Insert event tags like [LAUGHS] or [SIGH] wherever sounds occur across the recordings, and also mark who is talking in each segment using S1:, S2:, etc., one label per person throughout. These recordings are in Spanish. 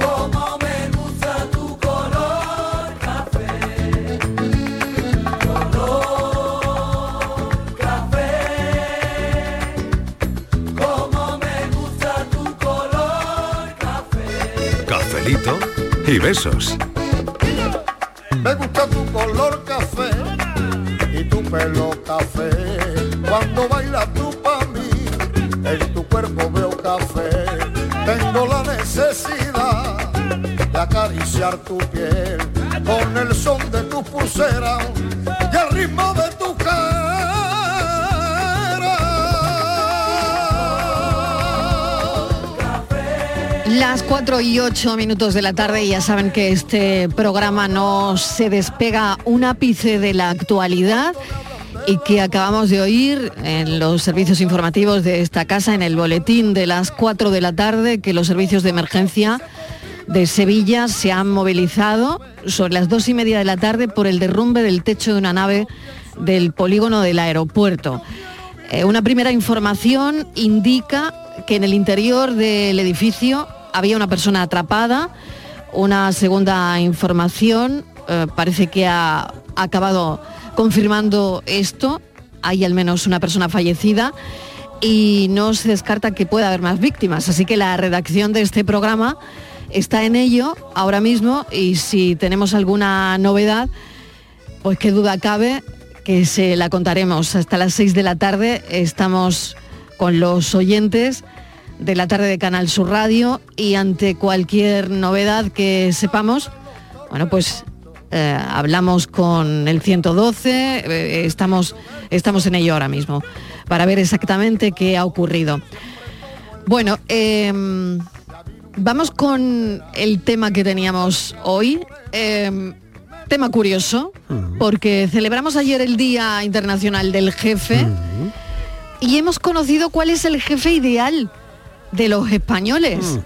S1: Como me gusta tu color café, color café. Como me gusta tu color café.
S2: Cafelito y besos.
S3: Me gusta tu color café y tu pelo café. Cuando bailas tú para mí, en tu cuerpo veo café. Tengo la necesidad de acariciar tu piel con el son de tu pulsera y el ritmo de tu
S4: Las 4 y 8 minutos de la tarde y ya saben que este programa no se despega un ápice de la actualidad y que acabamos de oír en los servicios informativos de esta casa, en el boletín de las 4 de la tarde, que los servicios de emergencia de Sevilla se han movilizado sobre las 2 y media de la tarde por el derrumbe del techo de una nave del polígono del aeropuerto. Eh, una primera información indica que en el interior del edificio había una persona atrapada. Una segunda información eh, parece que ha acabado confirmando esto. Hay al menos una persona fallecida y no se descarta que pueda haber más víctimas. Así que la redacción de este programa está en ello ahora mismo y si tenemos alguna novedad, pues qué duda cabe que se la contaremos. Hasta las 6 de la tarde estamos con los oyentes de la tarde de Canal Sur Radio y ante cualquier novedad que sepamos, bueno, pues eh, hablamos con el 112, eh, estamos, estamos en ello ahora mismo para ver exactamente qué ha ocurrido. Bueno, em, vamos con el tema que teníamos hoy. em, tema curioso, porque celebramos ayer el Día Internacional del Jefe y hemos conocido cuál es el jefe ideal de los españoles.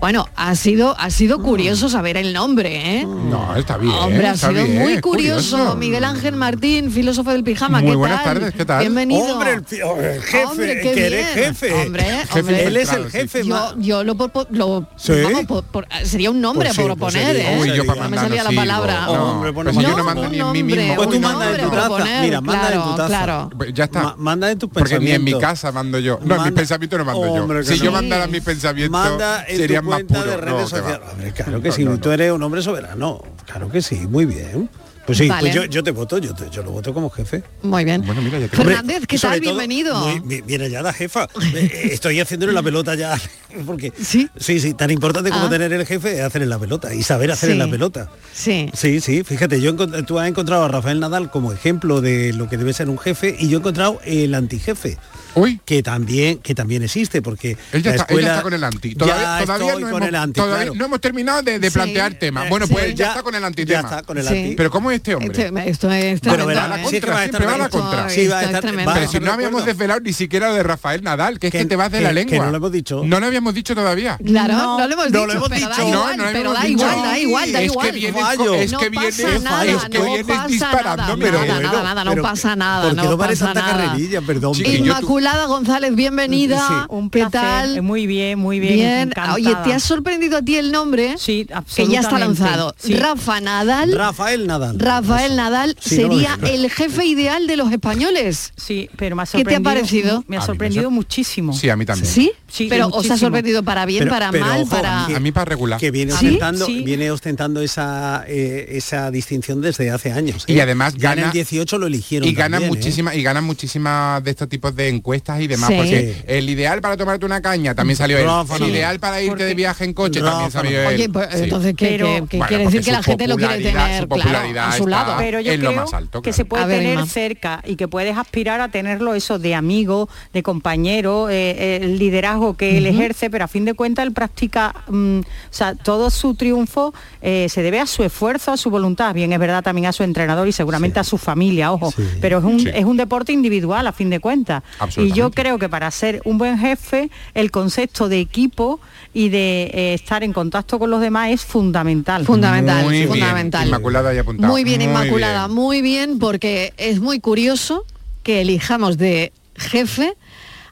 S4: Bueno, ha sido, ha sido curioso saber el nombre, ¿eh?
S5: No, está bien.
S4: Hombre, ha
S5: está
S4: sido
S5: bien,
S4: muy
S5: es
S4: curioso. Miguel Ángel Martín, filósofo del pijama.
S5: Muy
S4: ¿qué
S5: buenas
S4: tal?
S5: tardes, ¿qué tal?
S4: Bienvenido.
S5: Hombre,
S6: el fi- oh, el jefe,
S4: Hombre, qué
S6: que eres
S4: bien.
S6: jefe.
S4: Hombre,
S6: Jefe
S4: hombre.
S6: Él es el jefe,
S4: [LAUGHS] Yo,
S6: ma-
S4: yo lo, por- lo
S6: ¿Sí?
S4: vamos, por- por- sería un nombre
S6: Pues sí,
S4: por
S6: pues
S4: oponer,
S6: sería,
S4: ¿eh?
S6: Uy, yo para
S4: no me
S6: mandar
S4: salía
S6: no
S4: la
S6: sirvo.
S4: palabra.
S6: pues. No, hombre, bueno,
S5: pues si yo no
S6: no,
S5: mando ni en mí
S4: un
S5: mismo.
S4: hombre,
S6: Pues tú
S4: un
S6: manda de tu
S4: nombre
S6: taza.
S4: proponer,
S6: Mira, manda de
S4: claro,
S6: tu taza.
S4: claro.
S5: Ya está.
S6: Ma- manda en tus
S5: Porque ni en mi
S6: pensamientos.
S5: casa mando yo. No, en mis
S6: Manda-
S5: pensamientos no mando
S6: Hombre,
S5: yo.
S6: que
S5: Si yo
S6: no.
S5: mandara mis pensamientos,
S6: Manda en
S5: serían
S6: tu
S5: más
S6: cuenta
S5: puros.
S6: de redes
S5: No, que va.
S6: sociales. Hombre, claro que
S5: No,
S6: sí,
S5: no, no.
S6: tú eres un hombre soberano. Claro que sí, muy bien. Pues sí,
S4: Vale.
S6: pues yo, yo te voto, yo, te- yo lo voto como jefe.
S4: Muy bien.
S5: Bueno, mira, ya te-
S4: Fernández, ¿qué
S6: Sobre
S4: tal?
S6: todo,
S4: Bienvenido.
S6: muy- mi- viene ya la jefa. Eh, eh, Estoy haciéndole la pelota ya. [LAUGHS] Porque,
S4: ¿Sí?
S6: sí, sí, tan importante como
S4: Ah.
S6: tener el jefe es hacerle la pelota y saber hacerle
S4: Sí.
S6: la pelota.
S4: Sí.
S6: Sí, sí, fíjate, yo encont- tú has encontrado a Rafael Nadal como ejemplo de lo que debe ser un jefe y yo he encontrado el antijefe.
S5: Uy.
S6: Que también, que también existe, porque
S5: Él ya
S6: la
S5: está, él ya
S6: escuela-
S5: está con el anti.
S6: Ya
S5: Todavía, todavía
S6: estoy
S5: no,
S6: con
S5: hemos,
S6: el anti,
S5: todavía
S6: claro.
S5: no hemos terminado de, de
S4: Sí.
S5: plantear temas. Bueno,
S6: Sí.
S5: pues él ya, está con el antitema.
S6: Ya está con el
S4: Sí.
S6: anti.
S5: Pero ¿cómo es este hombre?
S4: Este- esto
S6: Pero
S4: es tremendo,
S6: verá,
S4: ¿eh?
S6: la
S5: Sí,
S6: contra,
S5: que va a estar-
S6: siempre va a la
S5: esto
S6: contra.
S5: es-
S6: Sí, va a
S4: esto es
S6: estar-
S4: tremendo.
S6: va a
S5: Pero si
S6: estar
S5: no
S6: de
S5: habíamos
S6: acuerdo.
S5: desvelado ni siquiera de Rafael Nadal, que es que,
S6: Que-
S5: te vas de
S6: que-
S5: la
S6: que
S5: lengua.
S6: no lo hemos dicho.
S5: No lo habíamos dicho todavía.
S4: Claro, no,
S6: No,
S4: lo hemos
S6: no
S4: dicho,
S6: lo hemos
S4: pero
S6: dicho.
S4: da igual,
S5: No, no lo
S4: pero
S5: hemos
S4: da
S5: dicho.
S4: igual, da igual, da
S5: es
S4: igual.
S5: que viene,
S6: Fallo.
S5: es
S4: no
S5: que viene,
S4: pasa nada,
S5: es que
S4: no
S5: viene
S4: pasa
S5: disparando,
S4: nada,
S5: pero
S4: nada,
S5: bueno.
S4: nada, nada, no
S6: pero-
S4: pasa nada,
S6: ¿Por qué
S4: no
S6: no vale
S4: pasa
S6: tanta
S4: nada.
S6: carrerilla? Perdón.
S5: Sí,
S6: pero-
S5: yo-
S4: Inmaculada González, bienvenida.
S6: Sí,
S7: Un
S4: ¿Qué
S7: placer.
S4: tal?
S7: eh, Muy bien, muy bien. encantada.
S4: Oye, ¿te ha sorprendido a ti el nombre?
S7: Sí,
S4: Que ya está
S7: absolutamente.
S4: lanzado.
S7: Sí.
S4: Rafa Nadal.
S6: Rafael Nadal.
S4: Rafael
S6: Eso.
S4: Nadal
S6: Sí, no lo
S4: sería
S6: dije.
S4: el jefe ideal de los españoles.
S7: Sí, pero me ha
S4: ¿Qué te ha
S7: sorprendido.
S4: parecido?
S7: Me
S5: A mí
S7: ha
S5: me
S7: sorprendido
S5: sor-
S7: muchísimo.
S5: Sí, a mí también.
S4: ¿Sí?
S7: Sí,
S4: pero os ha
S7: muchísimo.
S4: sorprendido para bien,
S6: Pero-
S4: para
S6: pero,
S4: mal,
S6: ojo,
S4: para...
S6: que-
S5: A mí para regular.
S6: que viene
S4: ¿Sí?
S6: ostentando,
S7: Sí.
S6: viene ostentando esa, eh, esa distinción desde hace años.
S5: Y además
S6: Ya en
S5: gana-
S6: el 18 lo eligieron.
S5: Y gana
S6: también, ¿eh?
S5: muchísimas y gana muchísimas de estos tipos de encuestas y demás,
S4: Sí.
S5: porque
S6: Sí.
S5: el ideal para tomarte una caña también salió él.
S6: Rafa
S5: el
S6: Nadal.
S5: ideal para irte de
S7: Porque-
S5: viaje en coche también
S6: Rafa
S5: salió él.
S4: Oye, pues,
S5: Sí.
S4: entonces, ¿qué,
S7: Pero-
S4: qué- qué
S5: Bueno,
S4: quiere
S5: porque
S4: decir que
S5: su
S4: la gente lo quiere
S5: popularidad- su
S4: tener claro,
S5: popularidad
S4: a su
S5: está-
S4: lado?
S7: Pero yo
S5: es lo
S7: creo
S5: más alto,
S7: que
S5: claro.
S7: se puede
S4: A ver,
S7: tener
S4: Inma.
S7: cerca y que puedes aspirar a tenerlo eso de amigo, de compañero, eh, el liderazgo que él ejerce, pero a fin de cuentas él practica, mm, o sea, todo su triunfo eh, se debe a su esfuerzo, a su voluntad, bien es verdad también a su entrenador y seguramente a su familia, ojo,
S6: Sí.
S7: pero es un,
S5: Sí.
S7: es un deporte individual a fin de cuentas. Y
S8: Absolutamente.
S7: yo creo que para ser un buen jefe, el concepto de equipo y de eh, estar en contacto con los demás es fundamental.
S4: Fundamental,
S5: Muy bien,
S4: fundamental.
S5: Inmaculada y apuntado.
S4: Muy bien, Inmaculada, muy bien, porque es muy curioso que elijamos de jefe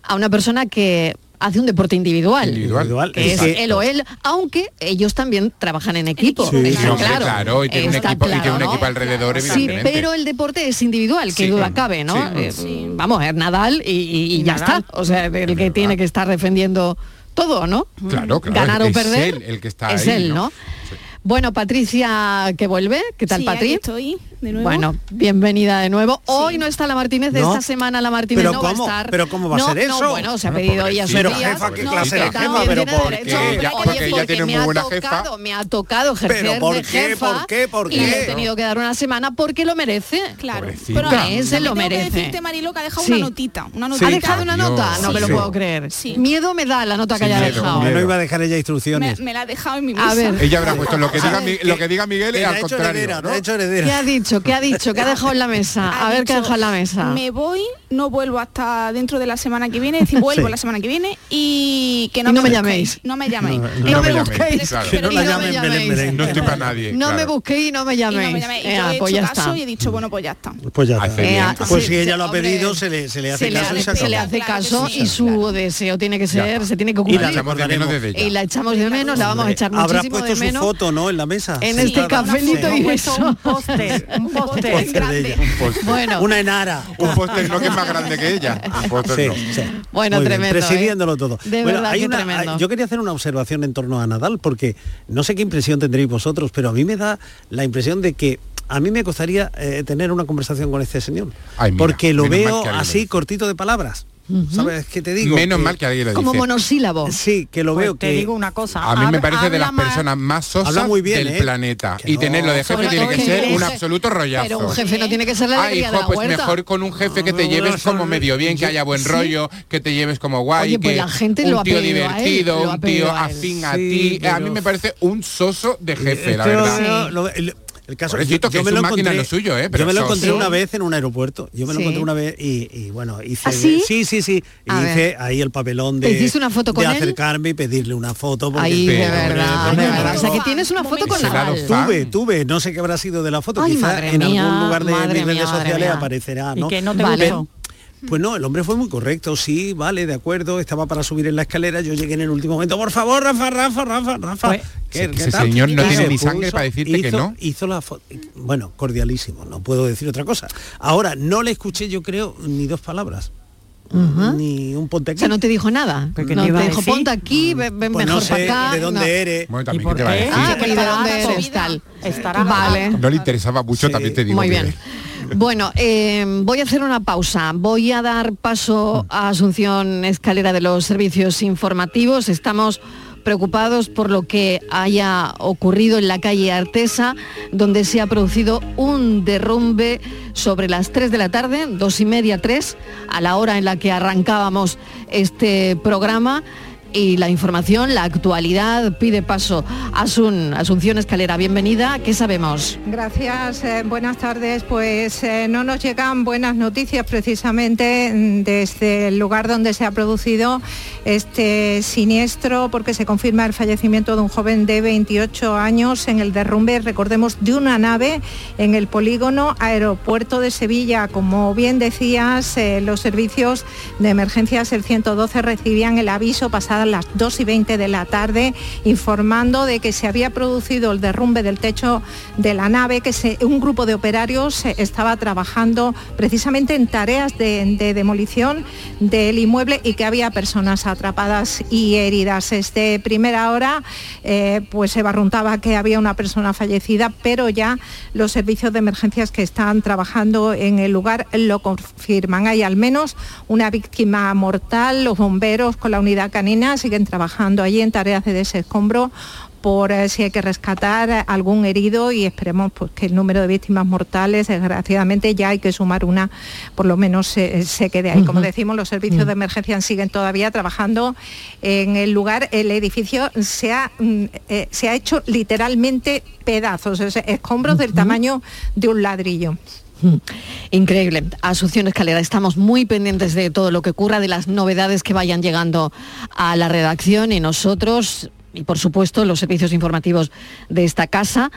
S4: a una persona que hace un deporte individual.
S6: Individual,
S4: Que es
S6: exacto.
S4: él o él, aunque ellos también trabajan en equipo.
S6: Sí,
S4: está
S5: Sí, hombre,
S4: claro.
S5: claro. y tiene un
S4: Está
S5: equipo, y tiene
S4: claro,
S5: un
S4: ¿no?
S5: equipo alrededor,
S4: Sí,
S5: evidentemente.
S4: pero el deporte es individual, que
S5: Sí,
S4: duda
S5: mm,
S4: cabe, ¿no?
S5: sí.
S4: Eh, Vamos, es Nadal y, y- y ya
S7: Nadal.
S4: está. O sea, el que tiene que estar defendiendo todo, ¿no?
S5: Claro, claro,
S4: Ganar o
S5: es
S4: perder.
S5: él el que está
S4: es
S5: ahí,
S4: él, ¿no?
S5: ¿no?
S4: Bueno, Patricia que vuelve. ¿Qué tal,
S9: Sí, aquí
S4: Patricia?
S9: estoy de nuevo.
S4: Bueno, bienvenida de nuevo. Hoy no está la Martínez, de
S6: No.
S4: esta semana la Martínez
S6: ¿Pero
S4: no
S6: cómo?
S4: va a estar.
S6: ¿Pero cómo va a
S4: No,
S6: ser
S4: no,
S6: eso?
S4: bueno, se ha
S5: Bueno,
S4: pedido ella su
S6: Pero,
S4: día.
S6: jefa, ¿qué
S4: No,
S6: clase de
S4: que
S6: jefa?
S4: también
S6: Pero
S4: tiene
S6: ¿por
S4: derecho.
S5: qué? Ya-
S4: Oye,
S5: porque ella tiene
S4: me
S5: muy
S4: ha
S5: buena jefa.
S4: tocado, Me ha tocado ejercer
S6: ¿Pero por
S4: de
S6: qué,
S4: jefa
S6: por qué, por
S4: y
S6: qué?
S4: le he tenido que dar una semana porque lo merece.
S9: Claro.
S5: Pobrecita.
S4: Pero a él se
S9: Tengo
S4: lo
S9: que
S4: merece.
S9: decirte, Marilo, que ha dejado
S4: Sí.
S9: una notita. Una
S6: Sí.
S9: notita.
S4: ¿Ha dejado una
S5: Dios.
S4: nota? No me lo
S6: Sí.
S4: puedo creer.
S9: Sí.
S4: Miedo me da la nota que haya
S5: miedo,
S4: dejado.
S6: No
S5: miedo.
S6: iba a dejar ella
S9: me,
S6: instrucciones.
S9: me la ha dejado en mi mesa.
S4: A ver.
S5: Ella habrá puesto lo que diga, Mi- lo que diga Miguel
S6: Que
S5: es
S6: la ha
S5: al
S6: hecho
S5: contrario.
S6: heredera,
S5: ¿no?
S6: la ha hecho heredera.
S4: ¿Qué ha dicho? ¿Qué ha dicho? ¿Qué ha dejado en la mesa?
S9: Ha
S4: A ver qué ha
S9: dicho,
S4: dejado en la mesa.
S9: Me voy, no vuelvo hasta dentro de la semana que viene, es
S4: [LAUGHS]
S9: decir, vuelvo
S6: Sí.
S9: la semana que viene y que no,
S4: Y no me
S9: busquéis,
S4: llaméis.
S9: No me llaméis.
S5: No me
S4: No me
S5: llaméis,
S4: busquéis.
S5: claro.
S4: Y
S9: Que no la
S4: me
S6: llamen Belén
S4: llaméis.
S6: Belén.
S5: No estoy para nadie.
S4: No me
S5: claro.
S4: busquéis y no me
S9: Y no
S4: llaméis.
S9: me llaméis. Y
S4: Eh,
S9: yo he hecho
S4: pues ya
S9: caso
S4: está.
S9: y he dicho, bueno, pues ya está.
S6: Pues ya está.
S5: Hace bien.
S4: ah,
S6: Pues
S4: sí,
S6: si ella lo ha
S9: hombre.
S6: pedido, se le, se le hace
S4: se le,
S6: caso y se
S4: hace, se le
S6: acabó.
S4: hace
S9: Claro que
S4: caso
S9: sí,
S4: y su
S9: claro.
S4: deseo tiene que ser, se tiene que
S6: Y
S5: Y
S4: cumplir.
S5: la
S6: la
S5: echamos de menos desde
S4: Y
S5: ella.
S4: la echamos de menos, la vamos a echar
S6: Habrás
S4: muchísimo
S6: puesto
S4: de
S6: su
S4: menos.
S6: foto, ¿no? En la mesa.
S4: en
S6: Sí.
S4: este
S6: Cada una
S4: cafelito
S6: foto.
S4: y
S7: Hemos puesto
S4: eso. [LAUGHS]
S7: un póster, un póster.
S6: póster de
S9: grande.
S6: ella.
S5: Un póster.
S4: Bueno,
S6: Una enara.
S5: Un póster no que Pues es más grande que
S4: [LAUGHS]
S5: ella. Un póster
S6: Sí,
S5: no.
S6: sí.
S4: Bueno,
S6: Muy bien,
S4: tremendo, ¿eh?
S6: presidiéndolo todo.
S4: De verdad que
S6: una-
S4: tremendo.
S6: yo quería hacer una observación en torno a Nadal, porque no sé qué impresión tendréis vosotros, pero a mí me da la impresión de que a mí me costaría eh, tener una conversación con este señor.
S5: Ay, mira,
S6: porque lo
S5: menos mal
S6: veo
S5: que alguien lo
S6: así
S5: dice.
S6: cortito de palabras. ¿Sabes qué te digo?
S5: Menos mal que alguien lo dice.
S4: como monosílabo.
S6: Sí, que lo
S7: Pues
S6: veo
S7: te
S6: que...
S7: digo una cosa.
S5: A mí me
S7: hab-
S5: parece de
S7: habla
S5: las
S7: más-
S5: personas más
S6: Habla
S5: sosas
S6: muy bien,
S5: del
S6: ¿eh?
S5: planeta.
S6: Que
S5: Y
S6: no.
S5: tenerlo de
S4: Sobre
S5: jefe tiene
S4: todo
S5: que ser
S4: eres-
S5: un absoluto rollazo.
S4: Pero un jefe no tiene que ser la
S5: Ah,
S4: alegría
S5: hijo,
S4: de la
S5: pues
S4: huerta.
S5: mejor con un jefe que te
S6: No, no,
S5: lleves
S6: son-
S5: como medio bien, que haya buen
S6: Sí.
S5: rollo, que te lleves como guay,
S4: Oye, pues
S5: que
S4: la gente
S5: un
S4: lo ha
S5: tío
S4: pedido a él,
S5: divertido,
S4: lo ha
S5: un
S4: pedido
S5: tío
S4: a él.
S5: afín a ti.
S6: Sí,
S5: Eh, A mí
S6: pero-
S5: me parece un soso de jefe, la
S6: Este lo
S5: verdad.
S6: veo- lo veo- el, el caso
S5: Pobrecito, que es su máquina en lo suyo, ¿eh? Pero
S6: yo me lo
S5: eso-
S6: encontré
S5: Sí.
S6: una vez en un aeropuerto. Yo me lo
S4: Sí.
S6: encontré una vez y, y, bueno, hice
S4: ¿Ah, sí?
S6: sí, sí, sí. Y
S4: A
S6: hice
S4: ver.
S6: ahí el papelón
S4: ¿Te
S6: de
S4: hiciste una foto con
S6: de
S4: él?
S6: acercarme y pedirle una foto porque
S4: Ahí,
S5: Sí,
S4: de
S5: hombre,
S4: verdad,
S5: hombre,
S4: de verdad. O sea,
S9: hombre.
S4: que tienes una foto con
S5: Ese lado
S4: Nadal.
S5: fan.
S6: Tuve, tuve, no sé qué habrá sido de la foto,
S4: Ay,
S6: quizá
S4: madre
S6: en
S4: mía,
S6: algún lugar de
S4: madre
S6: mis
S4: mía,
S6: redes
S4: madre
S6: sociales
S4: mía.
S6: aparecerá,
S7: Y
S6: ¿no?
S7: que no te
S4: Vale.
S6: Pero- Pues no, el hombre fue muy correcto, sí, vale, de acuerdo, estaba para subir en la escalera, yo llegué en el último momento, por favor, Rafa, Rafa, Rafa, Rafa.
S7: Pues-
S5: Ese- ese señor no
S6: Y
S5: tiene
S6: se
S5: ni sangre para decirte que
S6: hizo-
S5: no.
S6: Hizo la foto, bueno, cordialísimo, no puedo decir otra cosa. Ahora, no le escuché, yo creo, ni dos palabras, ni un ponte
S4: O
S6: aquí.
S4: sea, no te dijo nada.
S7: Pero que
S4: No
S7: te iba
S4: te
S7: a
S4: dijo,
S7: decir.
S4: ponte aquí, ven, ven
S6: Pues no
S4: mejor
S6: sé
S4: para acá.
S6: de dónde
S4: no.
S6: eres.
S5: Bueno,
S7: ¿Y
S5: también
S7: por
S5: te va a
S7: qué?
S5: decir.
S4: Ah,
S9: Sí, que
S4: ¿y de
S9: estará
S4: dónde
S9: harto.
S4: eres? Tal.
S7: Estará
S4: Vale.
S5: No le interesaba mucho,
S6: Sí.
S5: también te digo.
S4: Muy
S5: Miguel.
S4: bien. [LAUGHS] Bueno, eh, voy a hacer una pausa. Voy a dar paso a Asunción Escalera de los Servicios Informativos. Estamos preocupados por lo que haya ocurrido en la calle Artesa, donde se ha producido un derrumbe sobre las 3 de la tarde, dos y media, 3, a la hora en la que arrancábamos este programa. Y la información, la actualidad, pide paso. Asun, Asunción Escalera, bienvenida. ¿Qué sabemos?
S10: Gracias, eh, buenas tardes. Pues eh, no nos llegan buenas noticias precisamente mm, desde el lugar donde se ha producido este siniestro porque se confirma el fallecimiento de un joven de 28 años en el derrumbe, recordemos, de una nave en el polígono aeropuerto de Sevilla. Como bien decías, eh, los servicios de emergencias, el 112, recibían el aviso pasadas las 2 y 20 de la tarde informando de que se había producido el derrumbe del techo de la nave, que se- un grupo de operarios eh, estaba trabajando precisamente en tareas de, de demolición del inmueble y que había personas atrapadas y heridas. Desde primera hora eh, pues se barruntaba que había una persona fallecida, pero ya los servicios de emergencias que están trabajando en el lugar lo confirman. Hay al menos una víctima mortal, los bomberos con la unidad canina siguen trabajando allí en tareas de desescombro por eh, si hay que rescatar eh, algún herido y esperemos pues, que el número de víctimas mortales, desgraciadamente ya hay que sumar una, por lo menos eh, se quede ahí. Como decimos, los servicios de emergencia siguen todavía trabajando en el lugar. El edificio se ha, mm, eh, se ha hecho literalmente pedazos, o sea, escombros del tamaño de un ladrillo.
S4: Mm. Increíble. Asunción Escalera, estamos muy pendientes de todo lo que ocurra, de las novedades que vayan llegando a la redacción y nosotros, y por supuesto los servicios informativos de esta casa,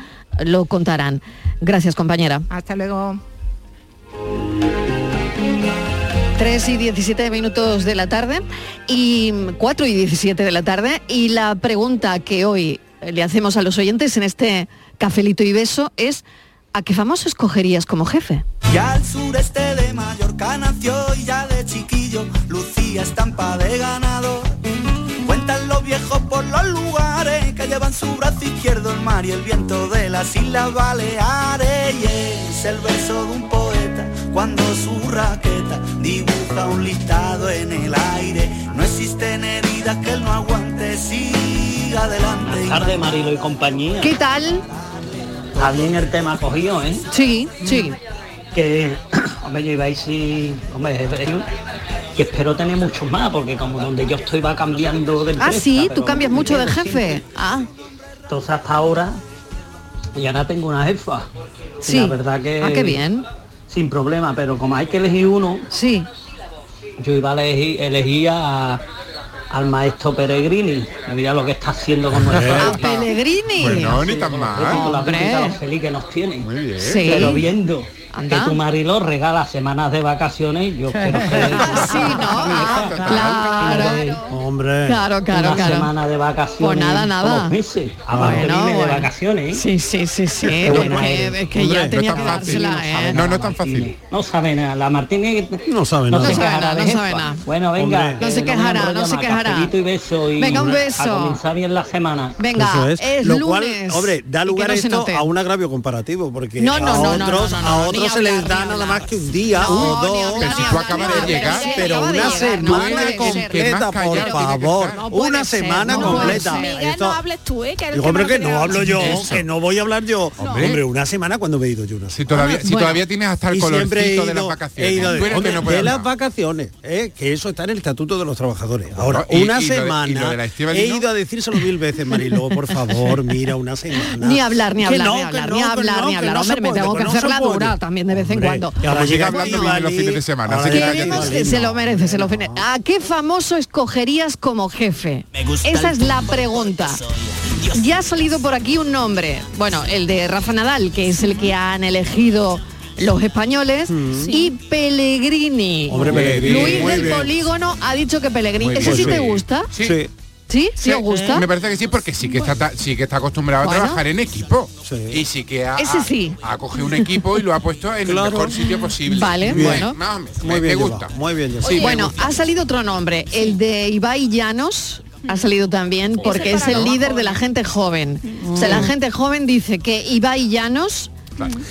S4: lo contarán. Gracias, compañera.
S10: Hasta luego.
S4: 3 y 17 minutos de la tarde y 4 y 17 de la tarde y la pregunta que hoy le hacemos a los oyentes en este cafelito y beso es ¿a qué famoso escogerías como jefe?
S8: Ya al sureste de Mallorca nació y ya de chiquillo lucía estampa de ganador. Cuentan los viejos por los lugares que llevan su brazo izquierdo el mar y el viento de las Islas Baleares. Y es el verso de un poeta cuando su raqueta dibuja un listado en el aire. No existen heridas que él no aguante, siga adelante.
S11: Tarde, Marilo y compañía.
S4: ¿Qué tal?
S11: Está bien el tema cogido, ¿eh?
S4: Sí, sí.
S11: Que, [CLEARS THROAT] hombre, yo iba a decir, hombre, jefe, yo- que espero tener muchos más, porque como donde yo estoy va cambiando de
S4: Ah,
S11: empresa,
S4: sí,
S11: pero
S4: tú cambias
S11: me
S4: mucho de
S11: quedo
S4: jefe. Ah,
S11: siempre. Entonces hasta ahora, y ahora tengo una jefa. Y
S4: Sí.
S11: La verdad que...
S4: Ah, qué bien.
S11: Sin problema, pero como hay que elegir uno...
S4: Sí.
S11: Yo iba a elegir, elegir a- al maestro Peregrini. Mira lo que está haciendo
S4: [LAUGHS]
S11: con nuestra...
S4: a
S11: jefa.
S4: Pellegrini.
S11: Con la
S4: Hombre.
S11: pinta, lo feliz que nos tienen.
S4: Sí.
S11: Pero viendo
S4: Anda.
S11: que tu marido regala semanas de vacaciones,
S4: [LAUGHS]
S11: yo espero
S6: [LAUGHS]
S4: Sí, ¿no? Ah, claro.
S11: Hombre.
S4: Claro, claro,
S11: Una
S4: claro.
S11: semana de vacaciones.
S4: Pues nada, nada. Ah,
S11: Dos meses. A
S4: Bueno,
S11: Barcelona
S4: bueno.
S11: de vacaciones. ¿eh?
S4: Sí, sí, sí, sí.
S11: Qué
S4: Es
S11: buena
S4: que-
S11: eres.
S4: es que ya Hombre, no tenía es tan que fácil. dársela, ¿eh? No,
S11: es tan fácil. No sabe nada. La Martínez
S6: no sabe
S4: nada.
S11: se
S4: No sabe
S11: quejará
S4: nada,
S11: de
S4: no
S11: jefa.
S4: sabe nada.
S11: Bueno, venga.
S4: Hombre. No se
S11: que me
S4: quejará,
S11: enrollo
S4: no se
S11: más.
S4: quejará.
S11: Cafelito y beso y
S4: Venga, un
S11: A
S4: beso.
S11: comenzar bien la semana.
S4: Venga,
S6: Eso es.
S4: es
S6: Lo
S4: lunes,
S6: cual, hombre,
S4: y
S6: da
S4: que
S6: lugar
S4: no se
S6: esto
S4: note.
S6: a un agravio comparativo, porque
S4: No, no,
S6: a
S4: no, no, no,
S6: otros,
S4: no, no,
S6: a
S4: no, ni
S6: otros se les
S4: hablar,
S6: da
S4: ni
S6: nada más que un día,
S4: No,
S6: un
S4: ni
S6: dos.
S4: hablar, Pero si ni tú hablar, acabas de ni llegar. hablar.
S6: Pero
S4: Acaba de
S6: una
S4: llegar, no puede
S6: semana
S4: ser.
S6: completa,
S4: Que más callado
S6: por
S4: tiene que
S6: favor.
S4: estar. No puede
S6: Una
S4: ser,
S6: semana
S4: no puede
S6: completa.
S4: ser.
S9: Miguel,
S6: Esto-
S9: no hables tú, ¿eh? Que eres el
S6: Digo, hombre,
S9: que
S6: que
S9: más
S6: no hablo yo,
S5: Eso.
S6: que no voy a hablar yo.
S5: Hombre.
S6: Hombre, una semana cuando me he ido yo una
S5: Si todavía- si Bueno. todavía tienes hasta el
S6: Y siempre he
S5: colorcito de las
S6: ido-
S5: vacaciones.
S6: he ido de,
S5: Tú eres que
S6: hombre,
S5: no puedes
S6: de las
S5: hablar.
S6: vacaciones, eh, que eso está en el Estatuto de los Trabajadores. Ahora,
S5: y-
S6: una
S5: y lo de- y
S6: semana
S5: lo de la Estíbaliz,
S6: he
S5: ¿no?
S6: ido a decírselo mil veces, Mariló, por favor, mira,
S4: [LAUGHS]
S6: una semana.
S4: Ni hablar, ni
S6: Que
S4: hablar,
S6: no,
S4: ni
S6: que
S4: hablar,
S6: no,
S4: ni
S6: que
S4: hablar,
S6: no,
S4: ni
S6: que
S4: hablar.
S6: no se
S4: Hombre, me
S6: puede,
S4: tengo
S6: que
S4: que
S6: no
S4: hacer
S6: se
S4: la
S6: puede.
S4: dura también de vez en cuando.
S6: Y ahora
S5: Como
S6: llega
S5: llega hablando
S6: Estíbaliz,
S5: bien los fines de semana,
S6: ahora
S5: así que
S6: llega
S5: cállate.
S4: Queremos-
S6: Estíbaliz,
S4: se
S6: no.
S4: lo merece, se lo merece. ¿A qué famoso escogerías como jefe?
S6: gusta
S4: Esa
S6: el
S4: es la pregunta. Ya ha salido por aquí un nombre, bueno, el de Rafa Nadal, que es el que han elegido los españoles, y Pellegrini.
S6: Mm. Hombre, Pellegrini,
S4: Luis
S6: muy
S4: del
S6: bien.
S4: Polígono ha dicho que Pellegrini.
S5: Muy
S4: ¿Ese
S5: bien.
S4: sí te
S5: Sí.
S4: gusta?
S5: Sí.
S6: Sí.
S4: ¿Sí? ¿Sí os gusta?
S5: Me parece que sí, porque sí que está, ta- sí que está acostumbrado
S4: Bueno.
S5: a trabajar en equipo. Y sí que ha,
S4: Ese sí.
S5: ha cogido un equipo y lo ha puesto en el mejor sitio posible.
S4: Vale,
S5: Bien.
S4: bueno.
S5: Más o menos.
S6: Muy
S5: me,
S6: bien
S5: me
S6: llevado,
S5: gusta.
S6: Muy bien, llevado.
S5: Sí, me
S4: bueno,
S5: gusta.
S4: ha salido otro nombre, el de Ibai Llanos. Ha salido también porque es el líder de la gente joven. O sea, la gente joven dice que Ibai Llanos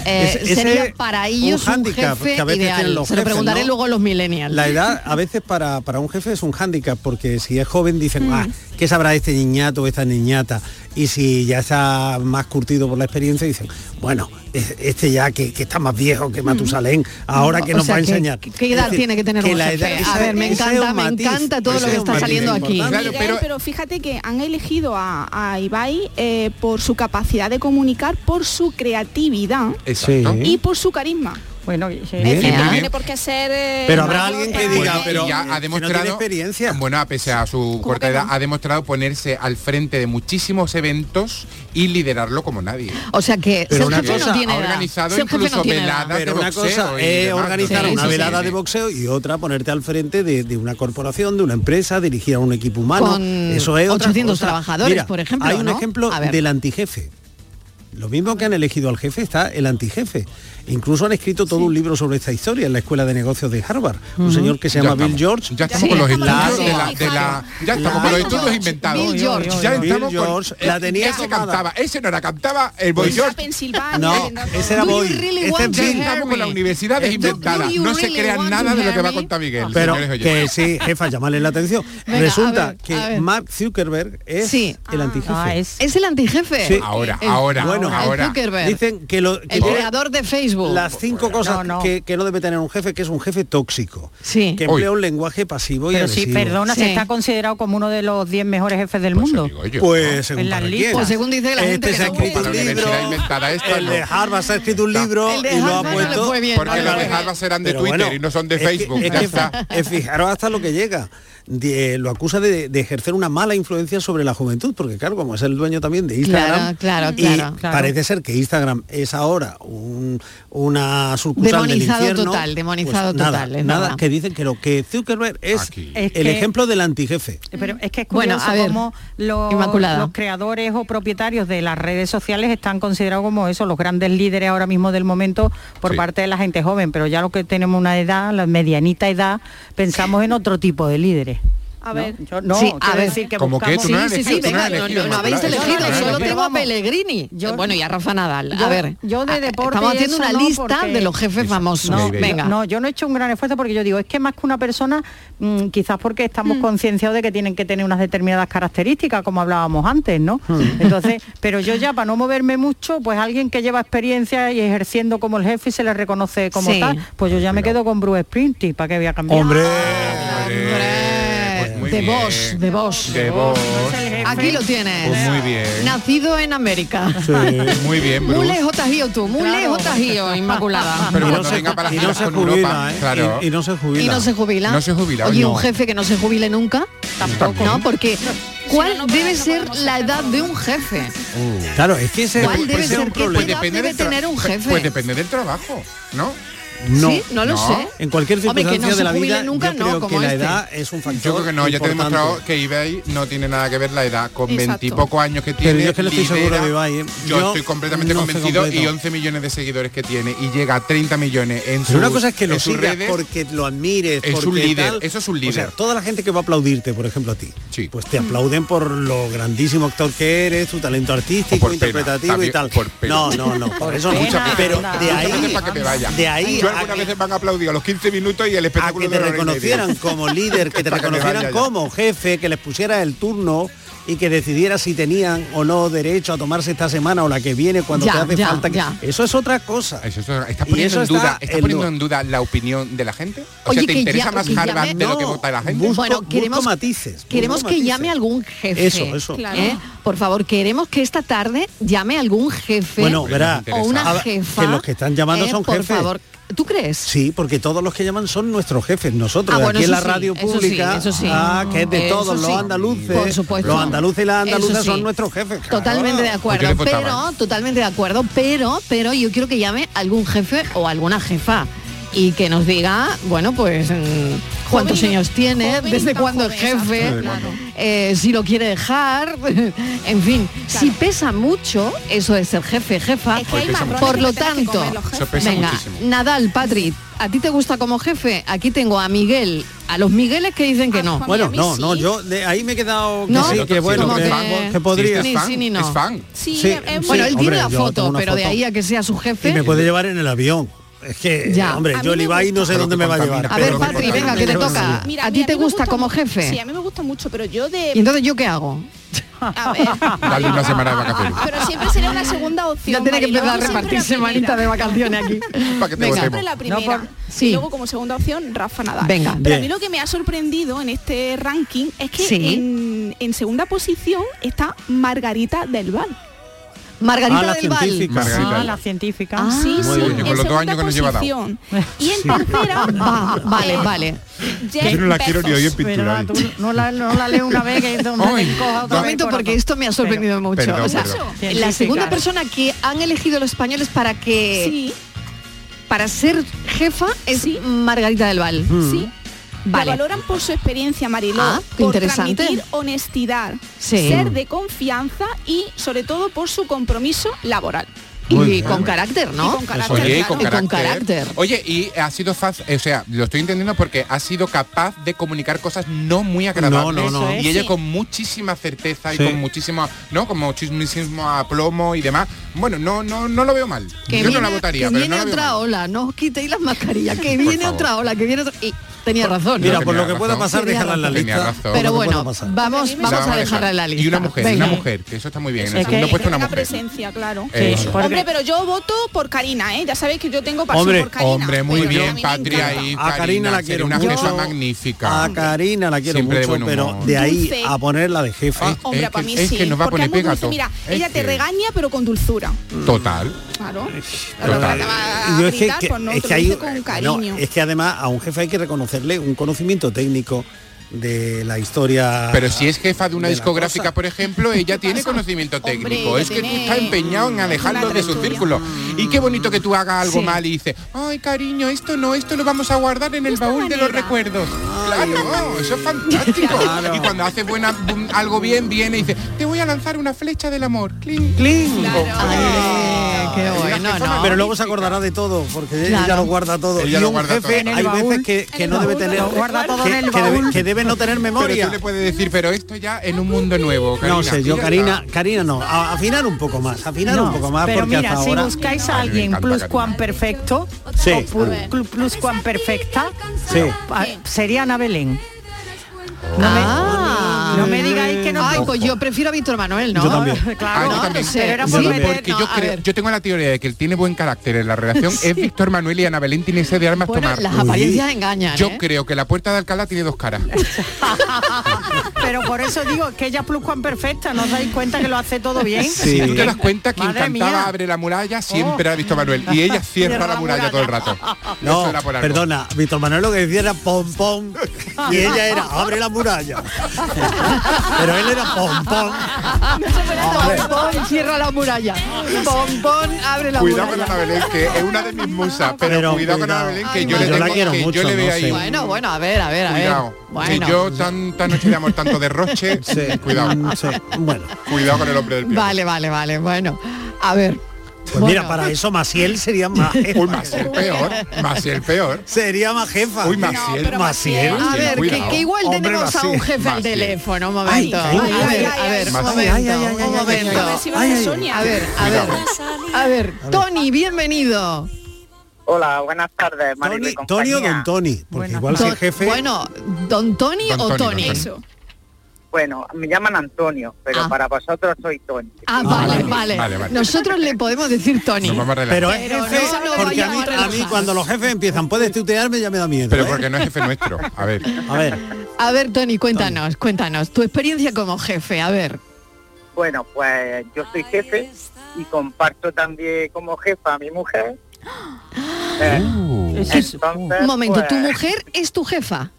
S4: eh,
S6: Ese- ese
S4: sería
S6: es
S4: para
S6: un
S4: ellos un,
S6: hándicap
S4: jefe
S6: que a veces
S4: ideal.
S6: tienen los
S4: Se lo
S6: jefes,
S4: preguntaré
S6: ¿no?
S4: luego a los millennials.
S6: La edad a veces para, para un jefe es un hándicap, porque si es joven dicen, ah,
S4: Mm.
S6: ¿qué sabrá este niñato o esta niñata? Y si ya está más curtido por la experiencia, dicen, bueno, es- este ya que, que está más viejo que Matusalén, ahora que
S4: Mm. O
S6: nos
S4: sea,
S6: va a
S4: ¿qué-
S6: enseñar.
S4: ¿Qué, edad
S6: Es decir,
S4: tiene que tener un
S6: la
S4: jefe?
S6: edad-
S4: a
S6: ese-
S4: ver, me
S6: ese es un
S4: encanta, me
S6: matiz,
S4: encanta todo
S6: ese
S4: lo que
S6: es un
S4: está
S6: matiz
S4: saliendo aquí.
S6: importante.
S9: Miguel, pero... fíjate que han elegido a, a Ibai eh, por su capacidad de comunicar, por su creatividad
S6: Exacto.
S9: y por su carisma.
S7: Bueno, y-
S9: Es decir,
S5: Bien.
S9: no
S5: Muy
S9: tiene
S5: bien.
S9: por qué ser... eh,
S6: Pero habrá
S9: mayor
S6: alguien que
S9: para-
S6: diga,
S5: Bueno, y
S6: pero,
S5: ya
S6: eh,
S5: ha
S6: si no tiene
S5: demostrado
S6: experiencia.
S5: Bueno, a pesar a su corta edad, ha demostrado ponerse al frente de muchísimos eventos y liderarlo como nadie.
S4: O sea que
S5: Pero
S4: ser
S5: una
S4: jefe
S5: cosa,
S4: no tiene
S5: ha
S4: edad.
S5: organizado
S4: Ser jefe no
S5: incluso
S4: tiene edad.
S5: veladas
S6: Pero
S5: de
S6: una
S5: boxeo
S6: cosa
S5: y
S6: es
S5: demás,
S6: Eh, organizar
S5: sí,
S6: una
S5: sí,
S6: velada
S5: sí.
S6: de boxeo y otra ponerte al frente de, de una corporación, de una empresa, dirigir a un equipo humano.
S4: Con
S6: Eso es otra
S4: 800
S6: cosa.
S4: trabajadores,
S6: Mira,
S4: por ejemplo,
S6: Hay un
S4: ¿no?
S6: ejemplo
S4: A ver.
S6: del antijefe. Lo mismo que han elegido al jefe está el antijefe. Incluso han escrito todo un libro sobre esta historia en la Escuela de Negocios de Harvard. Un
S5: Ujú.
S6: señor que se
S5: Ya
S6: llama Bill
S5: estamos.
S6: George.
S5: Ya estamos con los estudios de la- de la- ya estamos con los
S6: Bill
S5: estudios
S6: George,
S5: inventados.
S6: Bill George.
S5: Ya
S6: Bill
S5: estamos con-
S6: George, la
S5: eh,
S6: tenía
S5: ese
S6: tomada.
S5: cantaba, ese no era cantaba, el Boy
S6: Pues
S5: George.
S9: Pensilvania.
S6: No, ese era
S4: Do you
S6: Boy.
S4: really
S6: Este
S4: want
S6: es
S4: to
S6: Bill.
S4: hear
S5: Estamos con las universidades
S6: Este-
S5: inventadas.
S4: Do you
S5: No se
S4: really
S5: crean
S4: want
S5: nada
S4: to
S5: de lo que va a
S4: hear me?
S5: contar Miguel.
S6: Ah. Pero
S5: señores oyentes.
S6: que sí, jefa, llamarle la atención.
S4: Venga, a
S6: Resulta
S4: ver, a
S6: que
S4: ver.
S6: Mark Zuckerberg es
S4: Sí. ah,
S6: el antijefe.
S4: Es el antijefe.
S6: Sí.
S5: Ahora,
S4: El-
S5: ahora.
S6: Bueno, Bueno,
S4: ahora. Zuckerberg.
S6: dicen que lo que
S4: el
S6: tiene
S4: creador de Facebook.
S6: las cinco cosas Que, que no debe tener un jefe, que es un jefe tóxico.
S4: Sí.
S6: Que emplea un lenguaje pasivo y
S7: Pero sí,
S6: agresivo.
S7: perdona, se está considerado como uno de los 10 mejores jefes del mundo.
S6: Pues según
S7: en las
S6: para
S7: listas.
S6: quién.
S7: Pues según dice la
S6: Este
S7: gente que
S6: se ha
S7: no
S6: escrito
S7: puede.
S6: un
S7: Para la
S6: libro,
S7: universidad
S5: este
S6: el de Harvard se ha escrito un libro
S7: El de
S6: y lo ha
S7: Harvard no le
S6: puesto
S7: fue bien,
S5: Porque no le las fue bien. Harvard serán de
S6: Pero
S5: Twitter y no son de
S6: es que-
S5: Facebook,
S6: es
S5: ya
S6: que
S5: está.
S6: fi- eh, fijaros hasta lo que llega. De- lo acusa de, de ejercer una mala influencia sobre la juventud, porque claro, como es el dueño también de Instagram,
S4: Claro, claro,
S6: y
S4: claro.
S6: parece ser que Instagram es ahora un- una sucursal
S4: Demonizado
S6: del infierno.
S4: total, demonizado
S6: Pues nada,
S4: total, es
S6: nada,
S4: verdad.
S6: que dicen que lo que Zuckerberg es
S7: Es
S6: el
S7: que-
S6: ejemplo del antijefe.
S7: Eh, Pero es que es
S4: Bueno,
S7: curioso
S4: a ver,
S7: cómo los,
S4: Inmaculada.
S7: los creadores o propietarios de las redes sociales están considerados como eso, los grandes líderes ahora mismo del momento por parte de la gente joven, pero ya lo que tenemos una edad, la medianita edad, pensamos en otro tipo de líderes.
S9: A ver,
S7: Yo no,
S4: Sí, a
S7: quiero
S4: ver.
S7: decir que
S5: Como que
S7: buscamos...
S5: tú no has Sí, sí, elegido, sí, tú no has
S4: Venga, no,
S5: elegido,
S4: no, no habéis
S5: Inmaculada.
S4: elegido,
S5: Yo no,
S4: solo
S5: yo no.
S4: tengo a Pellegrini. bueno, y a Rafa Nadal.
S7: Yo-
S4: a ver,
S7: yo de
S4: a-
S7: deporte
S4: estamos
S7: y
S4: haciendo
S7: eso
S4: una
S7: no,
S4: lista
S7: porque-
S4: de los jefes famosos.
S7: No,
S4: Venga.
S7: no, yo no he hecho un gran esfuerzo porque yo digo, es que más que una persona, mm, quizás porque
S4: Hmm.
S7: estamos concienciados de que tienen que tener unas determinadas características, como hablábamos antes, ¿no?
S4: Hmm.
S7: Entonces, pero yo ya para no moverme mucho, pues alguien que lleva experiencia y ejerciendo como el jefe y se le reconoce como
S4: Sí.
S7: tal, pues yo ya me quedo con Bruce Springsteen, ¿para qué voy a cambiar?
S4: de vos, [LAUGHS]
S6: [LAUGHS]
S4: de vos.
S5: De vos.
S4: Aquí lo tienes.
S5: Pues muy bien.
S4: Nacido en América.
S5: Muy bien,
S4: Muy
S5: Bruce.
S4: lejos te has ido tú, muy lejos te has ido, Inmaculada.
S5: Pero
S6: Y
S5: cuando
S6: no se-
S5: venga para
S6: y
S5: las
S6: no
S5: giras
S6: se
S5: con
S6: jubila,
S5: Europa,
S6: ¿eh?
S5: claro.
S6: Y- y no se jubila.
S4: Y no se jubila.
S5: No se jubila,
S4: Oye,
S5: no.
S4: un jefe que no se jubile nunca. Tampoco. No, porque ¿cuál debe ser la edad de un jefe?
S6: Claro, es que ese
S4: ¿Cuál
S6: puede
S4: debe
S6: ser un
S4: ser? ¿Qué
S6: problema.
S4: edad debe
S5: Uh. del tra-
S4: tener un jefe?
S5: Pues depende del trabajo, ¿no?
S6: No,
S4: Sí, no lo sé.
S6: En cualquier
S4: Hombre,
S6: circunstancia
S4: que no se
S6: de la
S4: jubile
S6: vida,
S4: nunca,
S6: yo
S4: no,
S6: creo
S4: como
S6: que
S4: este.
S6: la edad es un factor.
S5: Yo creo que no, ya te he
S6: importante.
S5: demostrado que eBay no tiene nada que ver la edad. Con
S6: Exacto.
S5: veintipocos años que
S6: Pero
S5: tiene.
S6: yo es que no estoy seguro de Ibai, ¿eh?
S5: Yo,
S6: Yo
S5: estoy completamente
S6: no estoy
S5: convencido y
S6: completo.
S5: 11 millones de seguidores que tiene y llega a 30 millones en su
S6: Pero una cosa es que lo
S5: en sus
S6: sigas
S5: redes.
S6: porque lo admires.
S5: Es un
S6: porque
S5: líder,
S6: tal.
S5: eso es un
S6: O sea,
S5: líder.
S6: toda la gente que va a aplaudirte, por ejemplo, a ti, pues te aplauden por lo grandísimo actor que eres, tu talento artístico, interpretativo
S5: también
S6: y tal.
S5: por pena.
S6: No, no, no.
S5: [LAUGHS]
S6: Por eso no.
S5: Muchas veces.
S6: Pero de
S5: Muchas
S6: ahí,
S5: veces para que me vaya.
S6: de ahí
S5: Yo
S6: a
S5: algunas
S6: que-
S5: veces van a aplaudir a los 15 minutos y el espectáculo
S6: que
S5: de
S6: te
S5: la hora y media.
S6: reconocieran como
S5: [LAUGHS]
S6: líder, que te
S5: Para que me
S6: reconocieran
S5: vaya ya.
S6: como jefe, que les pusiera el turno y que decidiera si tenían o no derecho a tomarse esta semana o la que viene cuando
S4: Ya,
S6: te hace
S4: ya,
S6: falta.
S4: ya.
S6: Eso es otra cosa.
S5: Eso, eso- ¿Estás
S6: Y
S5: poniendo,
S6: eso
S5: en,
S6: está
S5: duda, ¿estás
S6: en
S5: poniendo
S6: duda.
S5: en duda la opinión de la gente? O
S4: Oye,
S5: sea, ¿te
S4: que
S5: interesa
S4: ya-
S5: más
S4: que ya
S5: Harvard
S4: me-
S5: de lo que
S4: No,
S5: vota la gente?
S6: busco- busco matices. busco
S4: Queremos que
S6: matices.
S4: llame algún jefe.
S6: Eso, eso.
S4: ¿eh?
S6: Claro.
S4: Por favor, queremos que esta tarde llame algún jefe
S6: Bueno, verá,
S4: o una
S6: a-
S4: jefa.
S6: que los que están llamando
S4: ¿eh?
S6: son
S4: por
S6: jefes.
S4: favor. ¿Tú crees?
S6: Sí, porque todos los que llaman son nuestros jefes, nosotros,
S4: Ah,
S6: de
S4: bueno,
S6: aquí en la
S4: eso sí,
S6: radio
S4: eso sí,
S6: pública,
S4: eso sí.
S6: ah, que es de
S4: Eso
S6: todos,
S4: sí.
S6: los andaluces,
S4: Por supuesto.
S6: los andaluces y las andaluzas
S4: Eso sí.
S6: son nuestros jefes. claro.
S4: Totalmente de acuerdo,
S6: ¿Por qué le
S4: pero
S6: votaban?
S4: totalmente de acuerdo, pero pero yo quiero que llame algún jefe o alguna jefa y que nos diga, bueno, pues mm, cuántos años tiene, desde cuándo es jefe,
S12: exacto. Claro.
S4: eh, si lo quiere dejar, [LAUGHS] en fin, si pesa mucho, eso es ser jefe, jefa.
S9: que hay Pues pesa marrones mucho.
S4: Por
S9: que
S4: lo
S9: te tienes que
S4: tanto,
S9: comer los jefes.
S5: Eso pesa
S4: venga,
S5: muchísimo.
S4: Nadal, Patri, ¿a ti te gusta como jefe? Aquí tengo a Miguel, a los Migueles que dicen que
S9: Ah,
S4: no.
S6: Bueno, no, no, yo de ahí me he quedado que
S4: No,
S6: sí, que bueno,
S4: como
S6: que,
S4: que-
S6: que podría.
S4: Ni Eh, sí ni no.
S6: Sí,
S9: Sí, es- es
S6: sí,
S4: bueno, él tiene
S6: hombre,
S4: la
S6: yo
S4: foto,
S6: tengo una
S4: pero de
S6: foto.
S4: ahí a que sea su jefe.
S6: Y me puede llevar en el avión. Es que,
S4: Ya.
S6: hombre,
S4: A mí
S6: yo el
S4: me
S6: Ibai no
S4: gusta.
S6: sé dónde me va a llevar.
S4: A ver, Patri, venga, que te toca.
S9: Mira,
S4: ¿A
S9: mí
S4: ti te
S9: me
S4: gusta como jefe?
S9: Sí, a mí me gusta mucho, pero yo de...
S4: ¿Y entonces yo qué hago?
S9: A ver,
S5: Dale una semana de vacaciones.
S9: pero siempre sería una segunda opción.
S4: [LAUGHS] Ya tiene que
S9: Mariló,
S4: empezar a
S9: siempre
S4: repartir
S9: la primera.
S4: semanitas de vacaciones [LAUGHS] aquí.
S5: Para que te
S9: Venga.
S5: votemos.
S9: Siempre la primera.
S4: Sí.
S9: Y luego como segunda opción, Rafa Nadal.
S4: Venga.
S9: Pero a
S4: Bien.
S9: mí lo que me ha sorprendido en este ranking es que
S4: Sí.
S9: en, en segunda posición está Margarita del Val.
S4: Margarita Ah, la del Val. científica. Margarita
S7: Ah,
S4: del
S7: la
S4: Val.
S7: científica.
S4: Ah.
S9: sí,
S4: Muy
S9: sí,
S4: bien. Con
S9: en
S4: los dos
S9: segunda
S4: años que nos lleva dado. [LAUGHS]
S9: posición. Y en tercera,
S4: Va, vale, vale.
S9: Jeff
S5: Yo no la quiero ni
S9: Bezos.
S5: hoy en pintura.
S7: Tú no la, no la leo una vez que es donde
S5: [LAUGHS] Ay,
S7: te encoja otra vez.
S4: Momento porque esto me ha sorprendido mucho.
S5: perdón,
S4: O sea,
S5: perdón.
S4: la
S7: Científica.
S4: segunda persona que han elegido los españoles para que para ser jefa es Margarita del Val.
S5: Mm.
S9: Sí.
S4: Vale.
S9: Lo valoran por su experiencia, Mariló,
S4: Ah, qué
S9: por
S4: interesante.
S9: transmitir honestidad,
S4: Sí.
S9: ser de confianza y sobre todo por su compromiso laboral.
S4: Y
S5: Muy bien.
S4: con carácter, ¿no?
S9: Y con carácter,
S5: Oye, y con
S4: Y con
S5: carácter.
S4: carácter.
S5: Oye, y ha sido fácil, o sea, lo estoy entendiendo porque ha sido capaz de comunicar cosas no muy agradables.
S6: No, no, no. Eso es.
S5: Y ella
S6: Sí.
S5: con muchísima certeza y
S6: Sí.
S5: con muchísimo, ¿no? Con muchísimo aplomo y demás. Bueno, no, no, no lo veo mal.
S4: Que
S5: Yo
S4: viene,
S5: no la votaría,
S4: que
S5: pero
S4: viene
S5: no la veo
S4: otra
S5: mal.
S4: ola, no os quitéis las mascarillas, que
S5: Por
S4: viene
S5: favor.
S4: otra ola, que viene otra... Y Tenía razón.
S6: Mira,
S4: ¿no?
S6: por lo que pueda
S5: razón.
S6: pasar,
S4: Tenía
S6: déjala en la
S4: razón.
S5: Tenía
S6: lista.
S5: razón.
S6: por lo
S4: Pero
S6: que pueda
S4: bueno,
S6: pasar.
S4: vamos,
S5: La
S4: vamos a dejarla en la lista.
S5: Y una mujer, y
S4: Venga.
S5: una mujer, que eso está muy bien. En
S4: Es
S5: el segundo
S4: que-
S5: puesto una
S9: Una
S5: mujer.
S9: presencia, claro.
S5: Eh, Sí, porque-
S9: Hombre, pero yo voto por Karina, ¿eh? Ya sabéis que yo tengo pasión
S5: Hombre,
S9: por
S6: oh,
S9: Karina.
S5: muy
S9: pero a
S5: bien,
S9: mí me
S5: Patria
S9: encanta.
S5: y
S6: A Karina la
S5: sería
S6: quiero
S5: una
S6: mucho.
S5: jefa magnífica.
S6: A Karina la quiero
S5: Siempre de
S6: mucho,
S5: buen
S6: pero
S5: humor.
S6: de ahí
S9: Dulce. Oh,
S6: a ponerla de
S5: Ah,
S6: jefa.
S9: Hombre, para mí sí. porque es muy dulce. Mira, ella te regaña, pero con dulzura.
S5: Total.
S9: Claro.
S6: Total.
S9: a
S6: Yo es que,
S9: gritar,
S6: que-
S9: pues no,
S6: es
S9: te
S6: que
S9: lo
S6: hay- eh,
S9: dice con
S6: no,
S9: cariño.
S6: es que además a un jefe hay que reconocerle un conocimiento técnico de la historia.
S5: Pero si es jefa de una
S6: la
S5: discográfica, pues,
S6: cosa.
S5: por ejemplo, ella tiene conocimiento técnico.
S6: ella
S5: es que tú
S6: tiene
S5: estás empeñado en alejarlo de su círculo. Y qué bonito que tú hagas algo mal y dices, ay cariño, esto no, esto lo vamos a guardar en el baúl de los recuerdos. Claro, eso es [LAUGHS] fantástico. Y cuando haces buena, bum, algo bien, viene y dice, te voy a lanzar una flecha del amor. Cling,
S6: cling.
S4: qué bueno, ¿no?
S6: Pero luego se acordará de todo, porque
S4: Claro.
S6: ella lo guarda todo.
S5: Ella
S6: y
S5: lo
S6: un
S5: guarda todo.
S6: jefe
S5: En el
S6: hay
S5: baúl,
S6: veces que, que no debe tener.
S5: lo guarda todo
S6: que,
S5: en el
S6: que debe,
S5: baúl. Ah,
S6: que debe no tener
S5: Pero
S6: memoria.
S5: tú le puedes decir, pero esto ya en un mundo nuevo.
S6: No
S5: Karina".
S6: sé, yo
S5: Y ya
S6: Karina,
S5: está.
S6: Karina no, a- afinar un poco más, afinar
S7: No,
S6: un poco más
S7: pero
S6: porque
S7: mira,
S6: hasta
S7: si
S6: ahora
S7: buscáis a alguien plus cuan perfecto,
S6: Sí.
S7: o plu- clu- plus cuan perfecta,
S6: Sí. Oh.
S7: pa- sería Ana Belén.
S4: Ah.
S7: No me digáis que no.
S4: Ay, pues yo prefiero a Víctor Manuel, ¿no?
S5: Yo también.
S4: [LAUGHS] Claro,
S5: Ah, yo
S4: no
S5: también.
S4: sé, era
S5: Yo
S4: por
S5: también.
S4: meter-
S5: porque
S4: no,
S5: yo,
S4: a
S5: creo-
S4: ver.
S5: yo tengo la teoría de que el tiene buen carácter en la relación es Víctor Manuel y Ana Belén tiene ese de armas
S4: Bueno,
S5: tomar.
S4: las apariencias engañan,
S5: Yo
S4: ¿eh?
S5: creo que la puerta de Alcalá tiene dos caras.
S7: Pero por eso digo que ella es plus cuan perfecta, ¿no os dais cuenta que lo hace todo bien?
S5: Si tú te das cuenta, quien
S7: Madre
S5: cantaba
S7: mía.
S5: abre la muralla siempre ha visto Manuel. Y ella cierra la muralla todo el rato.
S6: No,
S5: Eso era por algo.
S6: perdona, Víctor Manuel lo que decía era pom
S4: [LAUGHS]
S6: pom y ella era abre la muralla. [LAUGHS] Pero él era pom pom.
S4: Ah, [LAUGHS] Pompón, cierra la muralla. Pompón, abre la
S5: Cuidado con
S4: muralla.
S5: Ana Belén, que es una de
S4: [LAUGHS]
S5: mis musas, pero,
S6: Pero
S5: cuidado con Ana
S6: cuidado.
S5: Belén, que
S6: Ay,
S5: yo le
S6: yo la
S5: tengo,
S6: quiero
S5: que
S6: mucho,
S5: yo le
S6: no
S5: veo
S6: sé.
S5: ahí.
S4: Bueno, bueno, a ver, a ver, a ver.
S5: Cuidado.
S4: Bueno.
S5: Que yo tanta noche de amor, tanto
S4: [LAUGHS]
S5: derroche.
S4: Mm,
S5: cuidado. Cuidado con el hombre del piano.
S4: Vale, vale, vale. Bueno, a ver.
S6: Pues mira, para eso Maciel
S4: [LAUGHS]
S6: sería más
S5: Uy, Maciel peor, Maciel peor.
S6: Sería más jefa.
S5: Uy, Maciel.
S6: Maciel.
S4: A ver, que,
S6: cuidado.
S4: que igual
S6: Hombre,
S4: tenemos a un
S6: Maciel.
S4: jefe al
S6: Maciel.
S4: teléfono, un momento.
S6: Ay, ay,
S4: a
S6: ay,
S4: ver, a ver,
S6: ay,
S4: un
S6: ay,
S4: momento,
S6: ay, ay,
S4: un momento.
S6: ay, ay, ay, ay.
S4: A ver, a ver, a ver, Tony, bienvenido.
S12: Hola, buenas tardes, Maribel y
S6: Tony
S12: compañía.
S6: o Don Tony, porque igual si
S4: Don-
S6: es jefe.
S4: Bueno, Don Tony
S6: Don
S4: o
S6: Tony,
S4: Tony.
S6: Don Tony.
S12: Bueno, me llaman Antonio, pero para vosotros soy Tony.
S4: Ah, vale, vale.
S6: vale, vale.
S4: Nosotros le podemos decir Tony.
S6: Pero es
S4: Pero eh,
S6: jefe,
S4: no se lo
S6: porque a mí,
S4: vayamos a
S6: a mí
S4: relajar.
S6: cuando los jefes empiezan, puedes tutearme, ya me da miedo. Pero porque
S5: no es jefe nuestro. A ver.
S6: A ver.
S4: A ver, Tony, cuéntanos, cuéntanos tu experiencia como jefe, a ver.
S12: Bueno, pues yo soy jefe y comparto también como jefa a mi mujer. Eh,
S6: Pues,
S12: entonces,
S4: Un momento,
S12: pues,
S4: tu mujer es tu jefa.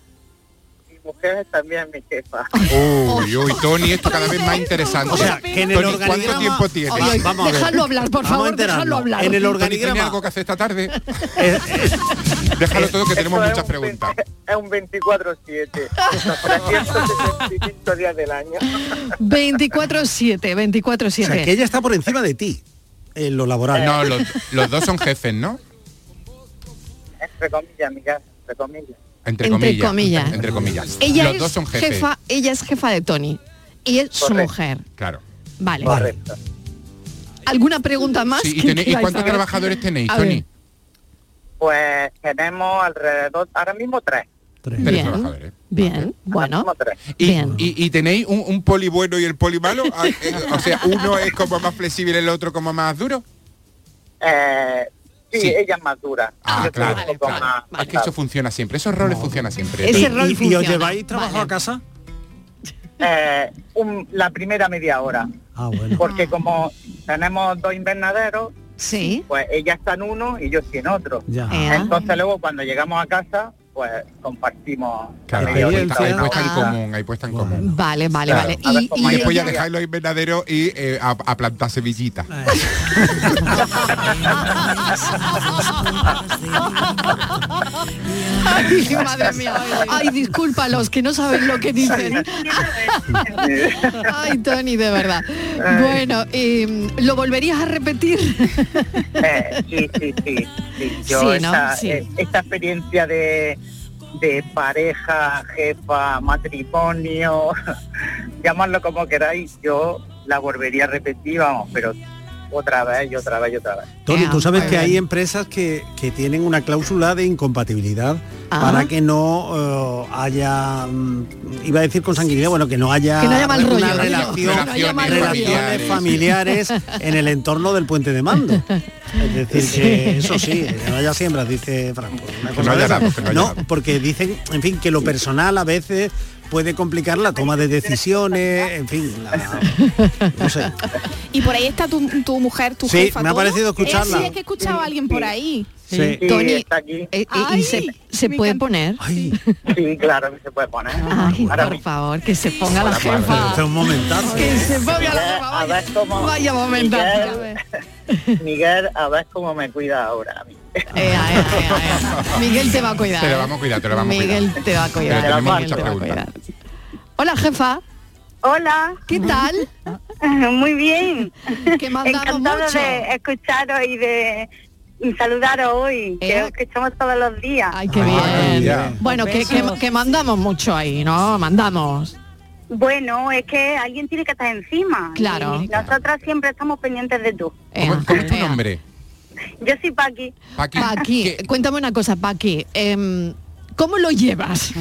S12: Mi mujer también es mi jefa.
S5: ¿Eh? Uy, uy, Tony, esto cada vez más interesante.
S6: O sea, que en el
S5: Tony, ¿cuánto
S6: organigrama-
S5: tiempo tienes?
S6: Ay, vamos a ver. Dejadlo hablar, por Vamos a favor, enterarnos. dejadlo hablar. En el
S5: Tony,
S6: organigrama- Eh,
S5: ¿tiene algo que hacer esta
S6: [LAUGHS]
S5: tarde? Eh, Déjalo todo que tenemos
S12: Esto es
S5: muchas
S12: un
S5: preguntas.
S12: 20 Es un
S4: [LAUGHS]
S12: 24-7. 365 días del año.
S4: 24-7,
S6: O
S4: 24-7.
S6: sea, que ella está por encima de ti en lo laboral.
S5: No, los, los dos son jefes, ¿no?
S12: Entre comillas, mi casa, entre comillas.
S5: Entre
S4: Entre
S5: comillas.
S4: comillas.
S5: Entre comillas.
S4: Ella
S5: los
S4: es
S5: dos son jefes.
S4: jefa, ella es jefa de Tony y es su mujer.
S5: Claro.
S4: Vale. ¿Alguna pregunta más?
S5: Sí, ¿y,
S4: que
S5: tenéis- ¿y
S4: queráis
S5: cuántos
S4: saber?
S5: trabajadores tenéis,
S4: A ver,
S5: Tony?
S12: Pues tenemos alrededor, ahora mismo tres.
S5: Tres
S4: Bien.
S5: trabajadores.
S4: Bien, bueno.
S5: Y, y- y tenéis un, un poli bueno y el poli malo? Ah, eh, O sea, uno es como más flexible, el otro como más duro.
S12: Eh, sí,
S5: Sí.
S12: ella es más dura.
S5: Ah,
S12: Yo soy
S5: claro.
S12: un poco
S5: claro.
S12: más-
S5: Es que eso funciona siempre. Esos roles funcionan siempre.
S6: Ese
S5: Tony.
S6: rol ¿Y- y funciona. os lleváis trabajo Vale. a casa?
S12: Eh, un- la primera media hora.
S6: Ah, bueno.
S12: Porque como tenemos dos invernaderos,
S4: sí.
S12: pues ella está en uno y yo estoy en otro.
S6: Ya.
S4: Eh.
S12: Entonces luego cuando llegamos a casa, pues compartimos.
S5: Claro,
S12: la
S5: hay
S12: media
S5: puesta, hay
S12: horita,
S5: puesta en
S12: una hora.
S5: común, hay puesta en común.
S4: Vale, vale,
S5: Claro.
S4: vale.
S5: A ver
S4: Y-
S5: cómo-
S4: y
S5: y después ya
S4: ella-
S5: dejáis los invernaderos y eh, a, a plantar semillitas.
S4: Ay, madre mía. Ay, discúlpalos que no saben lo que dicen. [LAUGHS] Ay, Tony, de verdad. Bueno, eh, ¿lo volverías a repetir?
S12: Eh, sí, sí, sí. sí. Yo
S4: Sí, ¿no?
S12: esta,
S4: Sí.
S12: eh, esta experiencia de, de pareja, jefa, [LAUGHS] matrimonio, llamadlo como queráis, yo la volvería a repetir, vamos, pero otra vez y otra vez y otra vez.
S4: Ah,
S6: Tony, tú sabes que hay empresas que, que tienen una cláusula de incompatibilidad para que no eh, haya, mm, iba a decir consanguinidad, bueno, que no haya,
S4: Que no haya mal
S6: alguna
S4: rollo, que no-
S6: relación-
S4: que no haya mal rollo.
S6: relaciones familiares en el entorno del puente de mando. Es decir, que
S4: Sí.
S6: eso sí, que no haya siembras, dice Franco. Una cosa
S5: haya
S6: de esas.
S5: datos, que no haya
S6: No, porque dicen, en fin, que lo personal a veces puede complicar la toma de decisiones, en fin, la- no sé.
S9: Y por ahí está tu, tu mujer, tu
S6: Sí,
S9: jefa.
S6: me ha
S9: todo.
S6: parecido escucharla.
S9: Eh, sí, es que he escuchado a alguien por ahí.
S6: Sí.
S4: Sí, Tony, está Eh, eh, y se, se puede [LAUGHS] poner.
S12: Sí, claro que se puede poner.
S4: Ay, por favor, que se ponga la jefa.
S6: Este es un momentazo.
S4: Que se ponga la
S12: Miguel,
S4: jefa.
S12: a ver cómo-
S4: Vaya momentazo.
S12: Miguel, [LAUGHS] Miguel, a ver cómo me cuida ahora. a mí.
S4: Miguel te va a cuidar. ¿eh?
S5: Te lo vamos a cuidar, te lo vamos a cuidar.
S4: Miguel te va a
S5: Pero
S4: cuidar.
S5: tenemos
S4: Miguel
S5: muchas
S4: te va a
S5: preguntas.
S4: cuidar. Hola, jefa.
S13: Hola.
S4: ¿Qué tal?
S13: Ah, Muy bien.
S4: Que mandamos
S13: Encantado
S4: mucho.
S13: de escucharos y de y saludaros hoy, que os escuchamos todos los días.
S4: Eh. Ay, qué Ah, bien. Bueno, que, que, que mandamos mucho ahí, ¿no? Mandamos.
S13: Bueno, es que alguien tiene que estar encima.
S4: Claro. Eh.
S13: Y nosotras siempre estamos pendientes de tú.
S5: ¿Cómo es tu nombre?
S13: Yo soy Paqui.
S5: Paqui.
S4: Paqui, cuéntame una cosa, Paqui. em, ¿Cómo lo llevas?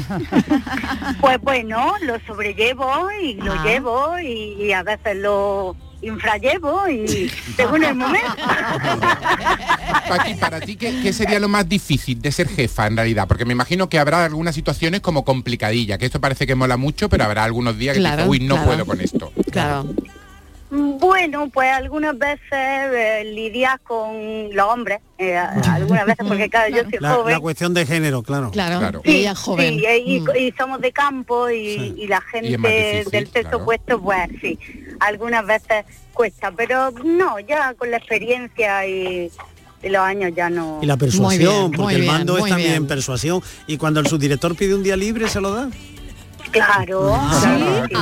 S13: Pues bueno, lo sobrellevo y lo
S4: Ah.
S13: llevo y, y a veces lo infrallevo
S4: [LAUGHS]
S13: y según el momento.
S5: Paqui, para ti, ¿qué, qué sería lo más difícil de ser jefa en realidad? Porque me imagino que habrá algunas situaciones como complicadilla, que esto parece que mola mucho, pero habrá algunos días que
S13: Claro,
S5: dices, uy, no
S13: claro.
S5: puedo con esto.
S4: Claro.
S13: Bueno, pues algunas veces eh, lidias con los hombres, eh, algunas veces porque claro, yo soy
S6: La,
S13: joven.
S6: la cuestión de género, claro.
S4: Claro.
S13: Sí, sí, y, y somos de campo y, y la gente
S6: Y es más difícil,
S13: del sexo
S6: claro.
S13: opuesto, pues sí, algunas veces cuesta, pero no, ya con la experiencia y, y los años ya no.
S6: Y la persuasión, porque el mando es
S13: muy
S6: también
S13: bien.
S6: persuasión. Y cuando el subdirector pide un día libre, se lo da.
S13: Claro. claro, sí.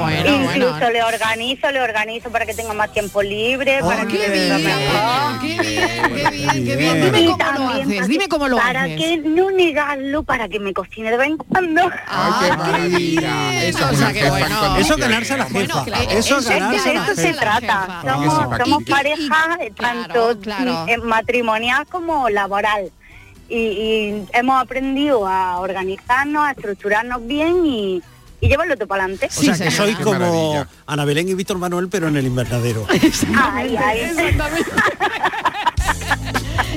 S6: bueno,
S13: Incluso
S6: bueno.
S13: le organizo, le organizo para que tenga más tiempo libre, para que le venga mejor.
S4: Qué bien, qué bien. Dime
S13: Y
S4: cómo lo
S13: también
S4: haces,
S13: para
S4: dime
S13: que-
S4: cómo lo
S13: Para
S4: haces.
S13: que no negarlo, para que me cocine de vez en cuando.
S5: ¡Ay, qué maravilla! Eso es
S6: o
S5: una
S6: sea, que
S5: jefa en
S6: bueno.
S5: condiciones.
S6: Eso ganarse a la
S5: Hombre,
S6: jefa.
S5: por favor.
S6: Eso
S13: Es que
S6: ganarse a la
S13: de eso se
S6: jefa.
S13: trata.
S5: Claro que sí,
S13: Somos,
S5: Paquita.
S13: somos
S5: Y- y-
S13: pareja eh, tanto
S4: claro.
S13: eh, matrimonial como laboral. Y, y hemos aprendido a organizarnos, a estructurarnos bien y, y llevarlo todo para adelante.
S6: O sea, que soy como Ana Belén y Víctor Manuel, pero en el invernadero.
S13: Ay, ay.
S4: Exactamente.
S6: [LAUGHS]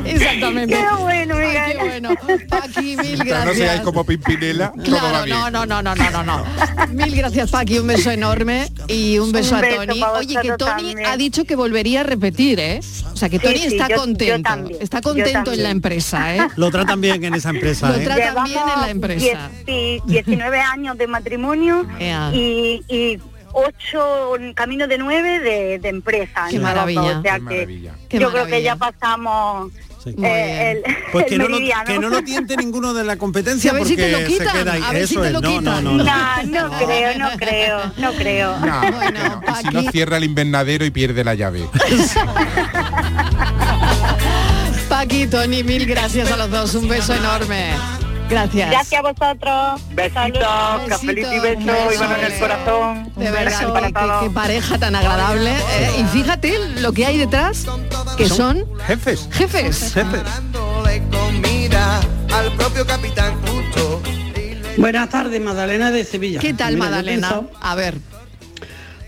S13: Qué bueno,
S4: Ay,
S13: Miguel.
S4: qué bueno. Paqui, mil
S5: Mientras no
S4: gracias.
S5: seáis como Pimpinela, todo va
S4: Claro,
S5: bien.
S4: no, no, no, no, no, no, no. Mil gracias, Paqui, un beso enorme y un beso
S13: Un
S4: a
S13: beso
S4: Tony.
S13: para
S4: Oye, que
S13: vosotros
S4: Tony
S13: también.
S4: ha dicho que volvería a repetir, ¿eh? O sea, que
S13: Sí,
S4: Tony
S13: sí,
S4: está
S13: yo- yo
S4: contento,
S13: también,
S4: está
S13: yo
S4: contento en
S13: también.
S4: la
S13: [LAUGHS]
S4: empresa, ¿eh?
S6: Lo tratan bien en esa empresa,
S4: Lo
S6: ¿eh?
S4: tratan- Llevamos bien en la empresa.
S13: 10 19 años de matrimonio
S4: Ea.
S13: y, y 8, camino de 9 de, de empresa.
S4: Qué
S13: en total,
S4: maravilla.
S13: O sea
S4: Qué
S13: que
S4: maravilla. Qué
S13: yo creo
S4: maravilla.
S13: que ya pasamos eh,
S6: Muy
S13: el,
S6: [LAUGHS] Pues
S13: el
S6: que no, lo,
S13: meridiano.
S6: que no lo tiente ninguno de la competencia
S13: A ver si
S6: porque
S13: te lo quitan,
S6: se queda ahí.
S13: a ver si
S6: Eso
S13: te
S6: es,
S13: lo
S6: no, no,
S13: quitan.
S6: no, no.
S13: No, no creo, no creo, no creo.
S5: No, no, si no cierra el invernadero y pierde la llave.
S4: Paqui, Tony, mil gracias a los dos, un beso enorme. Gracias.
S13: Gracias a vosotros. Besitos, cafelito y beso, y mano en el corazón.
S4: De verdad,
S13: para
S4: qué- qué, qué pareja tan agradable. ¿eh? Y fíjate lo que hay detrás, que son
S6: jefes.
S4: jefes.
S14: Dándole comida al propio capitán justo.
S15: Buenas tardes, Madalena de Sevilla.
S4: ¿Qué tal,
S15: Mira, yo
S4: Madalena?
S15: pensaba,
S4: A ver,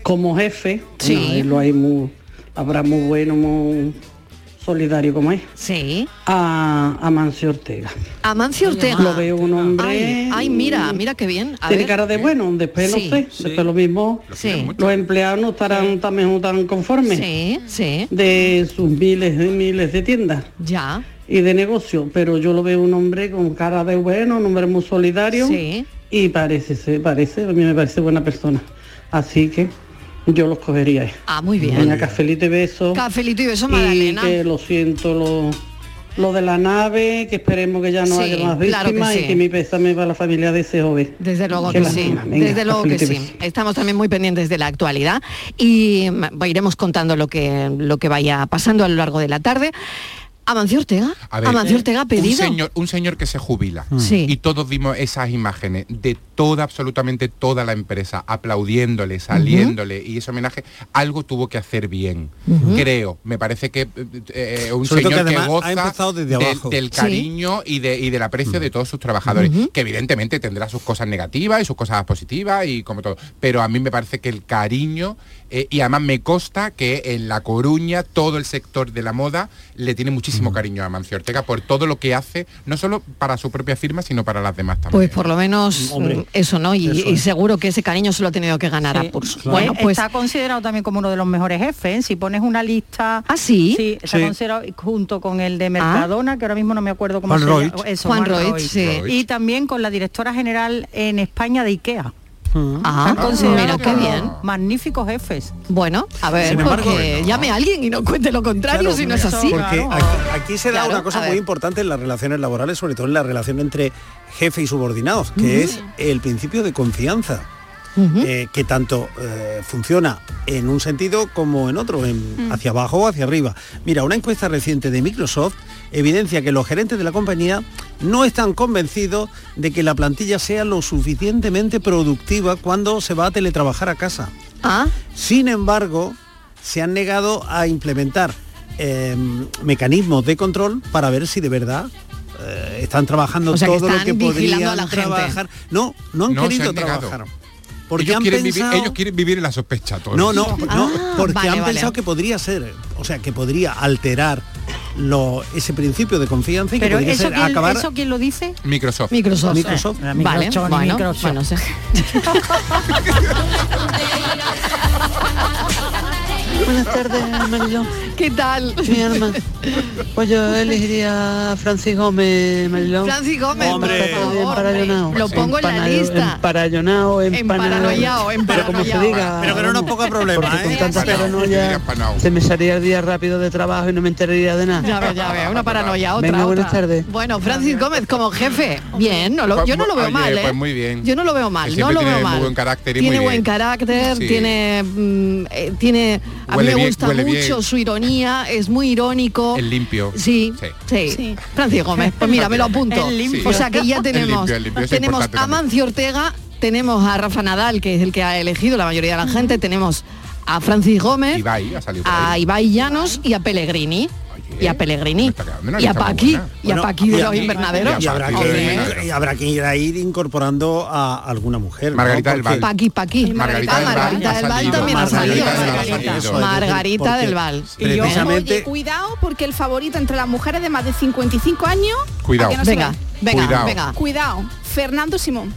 S15: Como jefe,
S4: Sí.
S15: bueno, ahí lo hay muy, habrá muy bueno, muy solidario como es.
S4: Sí.
S15: A, a Mancio Ortega.
S4: Amancio Ortega.
S15: Lo veo un hombre.
S4: Ay, ay, mira, mira qué bien. A
S15: tiene
S4: ver.
S15: cara de bueno, después
S4: Sí.
S15: no sé, después lo mismo los empleados no estarán también tan conformes de sus miles y miles de tiendas
S4: ya
S15: y de negocio, pero yo lo veo un hombre con cara de bueno, un hombre muy solidario
S4: Sí.
S15: y parece, se parece, a mí me parece buena persona, así que yo los cogería.
S4: Ah, muy bien.
S15: Venga, cafelito y beso.
S4: Cafelito y beso,
S15: Y
S4: Magdalena.
S15: que lo siento, lo, lo de la nave, que esperemos que ya no
S4: Sí,
S15: haya más víctimas
S4: claro que sí.
S15: y que mi pésame para la familia de ese joven.
S4: Desde luego
S15: Qué
S4: que sí,
S15: lástima. Venga,
S4: desde luego que
S15: cafelito y
S4: sí. Estamos también muy pendientes de la actualidad y mm, iremos contando lo que, lo que vaya pasando a lo largo de la tarde. Amancio Ortega,
S5: A ver,
S4: Amancio Ortega ha
S5: Un
S4: pedido. Mm.
S5: señor, un señor que se jubila.
S4: Sí.
S5: Y todos vimos esas imágenes de toda, absolutamente toda la empresa, aplaudiéndole, saliéndole, y ese homenaje algo tuvo que hacer bien,
S6: Ujú.
S5: creo. Me parece que eh, un
S6: Sobre todo
S5: señor
S6: que
S5: que,
S6: además ha
S5: goza
S6: empezado desde
S5: del-
S6: abajo.
S5: del
S6: Sí.
S5: cariño y, de, y del aprecio
S4: Mm.
S5: de todos sus trabajadores,
S6: Ujú.
S5: que evidentemente tendrá sus cosas negativas y sus cosas positivas y como todo, pero a mí me parece que el cariño, eh, y además me consta que en La Coruña todo el sector de la moda le tiene muchísimo cariño a Mancio Ortega por todo lo que hace, no solo para su propia firma, sino para las demás también.
S4: Pues por lo menos
S5: Hombre,
S4: mm, eso, ¿no? Y, y seguro que ese cariño se lo ha tenido que ganar a Pursu. Bueno,
S7: Eh,
S4: pues
S7: está considerado también como uno de los mejores jefes. ¿eh? Si pones una lista.
S4: ¿Ah, sí?
S7: Sí, está
S4: Sí.
S7: considerado junto con el de Mercadona, que ahora mismo no me acuerdo cómo
S4: Juan
S7: se
S4: Roig.
S7: llama. Eso,
S4: Juan Roig, sí. Roig.
S7: Y también con la directora general en España de IKEA.
S4: Ah,
S7: Está considerado
S4: mira qué
S7: como
S4: bien.
S7: Magníficos jefes.
S4: Bueno, a ver,
S7: Sin embargo,
S4: porque
S7: no.
S4: llame a alguien y no cuente lo contrario
S6: Claro,
S4: si no es así.
S6: Porque aquí, aquí se da
S4: Claro,
S6: una cosa
S4: a ver.
S6: muy importante en las relaciones laborales, sobre todo en la relación entre jefe y subordinados, que es el principio de confianza. eh, que tanto eh, funciona en un sentido como en otro, en-
S16: Mm.
S6: hacia abajo o hacia arriba. Mira, una encuesta reciente de Microsoft evidencia que los gerentes de la compañía no están convencidos de que la plantilla sea lo suficientemente productiva cuando se va a teletrabajar a casa.
S4: Ah.
S6: Sin embargo, se han negado a implementar eh, mecanismos de control para ver si de verdad eh, están trabajando
S4: O sea, que
S6: todo
S4: están
S6: lo que
S4: vigilando a la
S6: podrían
S4: gente.
S6: trabajar. No, no han
S5: No, se
S6: querido
S5: han negado.
S6: trabajar.
S5: ellos,
S6: han
S5: quieren
S6: pensado-
S5: vivir, ellos quieren vivir en la sospecha todos.
S6: No, no,
S4: Ah,
S6: no, porque
S5: vale,
S6: han
S5: vale.
S6: pensado que podría ser, o sea, que podría alterar lo- ese principio de confianza y
S7: Pero
S6: que podría
S7: eso
S6: ser
S7: quién,
S6: acabar
S7: ¿eso quién lo dice?
S5: Microsoft.
S4: Microsoft.
S6: Microsoft.
S4: Eh, Vale,
S6: Microsoft,
S4: bueno,
S6: Microsoft.
S4: bueno, sí.
S17: Buenas tardes, Marilón.
S4: ¿Qué tal?
S17: Mi alma. Pues yo elegiría a Francis Gómez, Marilón.
S4: Francis Gómez, Hombre. por favor. Lo pongo en la lista.
S17: Emparayonao,
S4: Emparanoiao,
S17: empanado. Pero como se diga.
S6: Pero que no nos ponga problemas,
S17: porque con
S6: ¿eh?
S17: tanta
S6: Empanao,
S17: paranoia
S5: empanao.
S17: se me salía el día rápido de trabajo y no me enteraría de nada.
S4: Ya ve, ya ve, una paranoia, otra,
S17: Venga, buenas
S4: otra.
S17: tardes.
S4: Bueno, Francis Gómez como jefe, bien, no lo- yo no lo veo
S5: Oye,
S4: mal, ¿eh?
S5: pues muy bien.
S4: Yo no lo veo mal,
S5: Que
S4: no
S5: siempre
S4: lo veo
S5: tiene muy
S4: mal.
S5: buen carácter y
S4: tiene
S5: muy
S4: buen
S5: bien.
S4: carácter,
S5: Sí.
S4: tiene, mm, eh, tiene, a mí
S5: Huele
S4: me
S5: bien,
S4: gusta
S5: huele
S4: mucho
S5: bien.
S4: su ironía, es muy irónico.
S5: El limpio.
S4: Sí,
S5: Sí.
S4: sí, Francis Gómez, pues mira, me lo apunto.
S5: El limpio.
S4: O sea que ya
S5: El
S4: tenemos,
S5: limpio, el limpio es
S4: tenemos
S5: importante
S4: a
S5: también.
S4: Mancio Ortega, tenemos a Rafa Nadal, que es el que ha elegido la mayoría de la gente, tenemos a Francis Gómez,
S5: Ibai ha salido por
S4: a
S5: ahí.
S4: Ibai Llanos y a Pellegrini. Y a Pellegrini.
S5: una
S4: Y a
S5: lista muy
S4: Paqui.
S5: buena.
S4: Y a
S5: Bueno,
S4: Paqui de
S5: y a-
S4: los
S5: y-
S4: invernaderos.
S6: Y habrá,
S4: Hombre.
S6: que, y habrá que ir a ir incorporando a alguna mujer. ¿no?
S5: Margarita del
S6: Porque-
S4: Paqui, Paqui.
S6: Margarita
S4: Ah, Margarita del Val también ha salido.
S6: Eso es,
S4: Margarita
S6: porque
S4: del Val.
S6: Precisamente
S9: Oye, cuidado porque el favorito entre las mujeres de más de 55 años.
S5: Cuidado.
S9: ¿a que no se
S5: Venga,
S9: ve?
S5: venga, Cuidado. venga.
S9: Cuidado. Fernando Simón.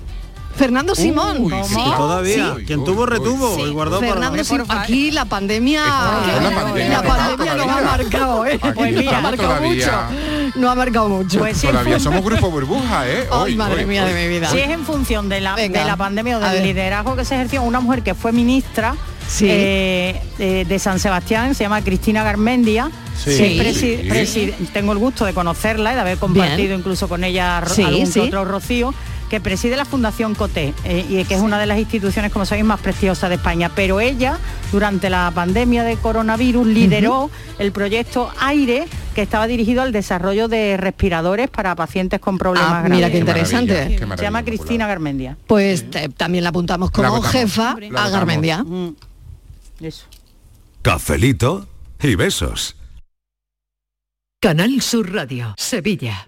S4: Fernando Simón.
S6: Uy, sí, todavía. Quien tuvo, retuvo y guardó para
S4: Fernando Simón. Aquí la pandemia.
S6: la pandemia,
S4: La pandemia nos ha marcado, ¿eh?
S5: Aquí Pues mira,
S4: no ha
S5: estamos
S4: marcado
S5: todavía.
S4: mucho. No ha marcado mucho.
S5: Todavía somos grupo burbuja, ¿eh?
S4: Pues Ay,
S5: Hoy,
S4: madre
S5: hoy,
S4: mía de
S5: hoy.
S4: mi vida.
S7: Si es en función de la,
S4: Venga,
S7: de la pandemia o
S4: a
S7: del
S4: ver.
S7: liderazgo que se ejerció una mujer que fue ministra
S4: Sí.
S7: eh, eh, de San Sebastián, se llama Cristina Garmendia.
S4: Sí.
S7: que es
S4: Sí.
S7: presi- presi- tengo el gusto de conocerla y de haber compartido
S4: Bien.
S7: incluso con ella ro-
S4: Sí,
S7: algún que
S4: sí.
S7: otro rocío que preside la Fundación COTE eh, y que es una de las instituciones, como sabéis, más prestigiosas de España. Pero ella, durante la pandemia de coronavirus, lideró el proyecto AIRE, que estaba dirigido al desarrollo de respiradores para pacientes con problemas
S4: Ah,
S7: graves.
S4: mira qué Qué maravilla, interesante. qué
S7: Se llama Cristina Garmendia.
S4: Pues eh, también la apuntamos como
S7: La votamos.
S4: jefa
S7: La
S4: a
S7: votamos.
S4: Garmendia.
S6: Mm.
S2: Cafelito y besos.
S18: Canal Sur Radio, Sevilla.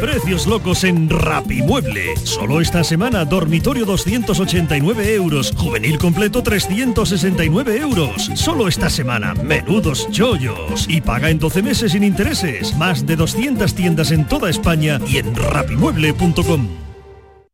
S19: Precios locos en Rapimueble. Solo esta semana, dormitorio 289 euros, juvenil completo 369 euros. Solo esta semana, menudos chollos. Y paga en 12 meses sin intereses. Más de 200 tiendas en toda España y en rapimueble.com.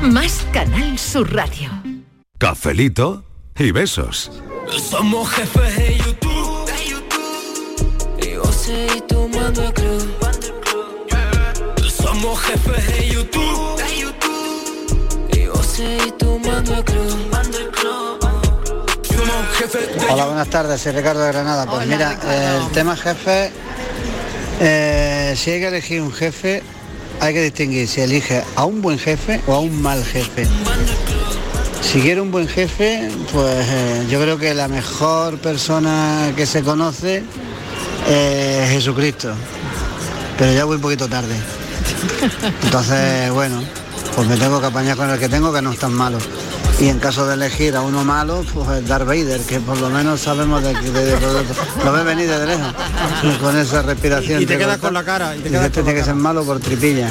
S4: más Canal Sur Radio.
S20: Cafelito y besos.
S1: Somos jefes de YouTube. De YouTube. Y vos seguís tomando el club. Somos jefes de YouTube. De YouTube. Y vos seguís tomando el club. Somos jefes de
S21: Hola, buenas tardes, soy Ricardo de Granada. Pues mira, el tema jefe, eh, si hay que elegir un jefe, hay que distinguir si elige a un buen jefe o a un mal jefe. Si quiere un buen jefe, pues eh, yo creo que la mejor persona que se conoce eh, es Jesucristo. Pero ya voy un poquito tarde. Entonces, bueno, pues me tengo que apañar con el que tengo que no es tan malo. Y en caso de elegir a uno malo, pues es Darth Vader, que por lo menos sabemos de que lo ve venir de lejos, con esa respiración.
S6: Y te quedas
S21: recortada.
S6: con la cara, y te
S21: Dice,
S6: quedas
S21: este
S6: con la
S21: tiene que ser malo por tripilla.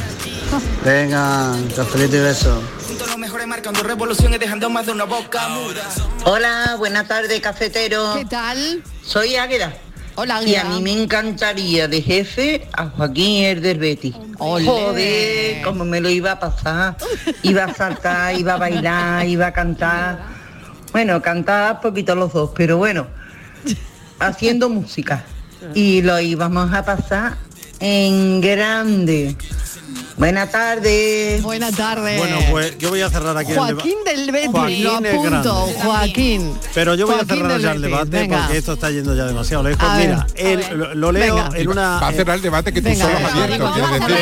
S21: Venga, cafelito y beso.
S8: Juntos los mejores marcando revoluciones dejando más de una boca muda.
S10: Hola, buenas tardes, cafetero. ¿Qué tal? Soy Águeda. Hola, Y a mí me encantaría de jefe a Joaquín Herder Betty. Joder, cómo me lo iba a pasar. Iba a saltar, iba a bailar, iba a cantar. Bueno, cantar poquito los dos, pero bueno, haciendo música. Y lo íbamos a pasar en grande. Buenas tardes. Buenas tardes.
S6: Bueno, pues yo voy a cerrar aquí el debate.
S15: Joaquín del Betis,
S6: Joaquín
S15: lo
S6: es
S15: apunto,
S6: grande.
S15: Joaquín.
S6: Pero yo voy
S15: Joaquín
S6: a cerrar
S15: del
S6: ya el
S15: Betis,
S6: debate
S15: venga.
S6: porque esto está yendo ya demasiado lejos.
S15: A ver,
S6: Mira,
S15: a
S6: el-
S15: ver.
S6: lo- lo leo
S15: Venga.
S6: en una...
S5: Va a cerrar el debate que tú solo has abierto, quieres decir, ¿no?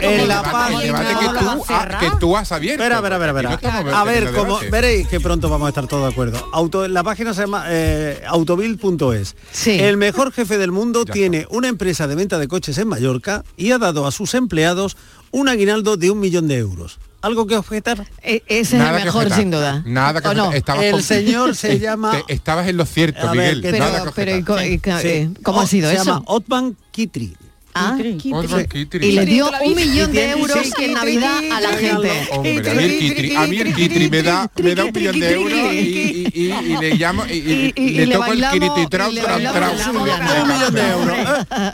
S6: En la
S5: El debate que tú, ha- que tú has abierto.
S6: Espera, espera, espera.
S5: porque aquí no estamos
S6: a ver,
S5: teniendo
S6: como
S5: debate.
S6: veréis que pronto vamos a estar todos de acuerdo. Auto, la página se llama eh, autobil.es.
S22: Sí.
S6: El mejor jefe del mundo tiene una empresa de venta de coches en Mallorca y ha dado a sus empleados un aguinaldo de un millón de euros. ¿Algo que objetar?
S15: E- ese es el mejor, sin duda.
S5: Nada que
S15: ¿O no?
S5: objetar. Estabas
S6: El
S5: con-
S6: señor
S5: [LAUGHS]
S6: se
S5: Te-
S6: llama-
S5: Eh, te- estabas en lo cierto,
S6: A ver,
S5: Miguel.
S6: ¿qué
S5: nada que
S6: tal?
S15: Pero,
S5: objetar.
S15: ¿y co- y ca-
S6: Sí.
S15: eh, ¿cómo ha
S6: O-
S15: sido
S6: se
S15: eso?
S6: llama Otman Kitri.
S15: Ah,
S5: Osman Kitri.
S15: y le dio un
S6: Y
S15: millón de
S6: tiene-
S15: euros
S6: sí,
S15: en Navidad a la gente.
S5: Oh, Hombre, a mí el Kitri, a mí el Kitri me da, me da un millón de euros y, y- y- y le llamo y, y-
S15: Y- y-
S5: le
S15: y le
S5: toco el
S15: bailamos-
S5: Kiriti trau,
S15: y le
S5: trau,
S15: bailamos
S5: trau.
S15: la
S6: Un millón de euros.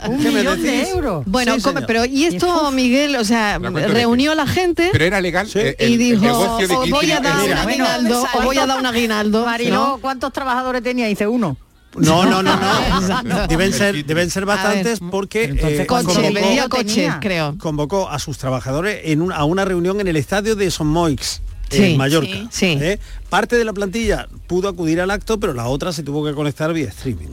S7: Un
S6: [LAUGHS] ¿Qué me
S7: millón de
S6: decís?
S7: euros.
S15: Bueno,
S6: Sí,
S15: come,
S6: señor.
S15: pero y esto, Miguel, o sea,
S5: cuento de
S15: reunió a la gente
S5: Pero era legal el, el-
S15: y
S5: el
S15: dijo,
S5: negocio de
S15: os
S5: Kitri.
S15: voy a dar un
S5: era-
S15: aguinaldo, os voy a dar un aguinaldo.
S7: Mariló, ¿cuántos trabajadores tenía? Dice uno.
S6: No, no, no,
S7: [LAUGHS]
S6: no. deben ser, deben ser bastantes porque eh,
S7: Entonces, coche, vendía coches, Tenía.
S15: creo.
S6: Convocó a sus trabajadores en un- a una reunión en el estadio de Somoix.
S15: Sí,
S6: en Mallorca.
S15: sí,
S6: ¿eh? Parte de la plantilla pudo acudir al acto, pero la otra se tuvo que conectar vía streaming.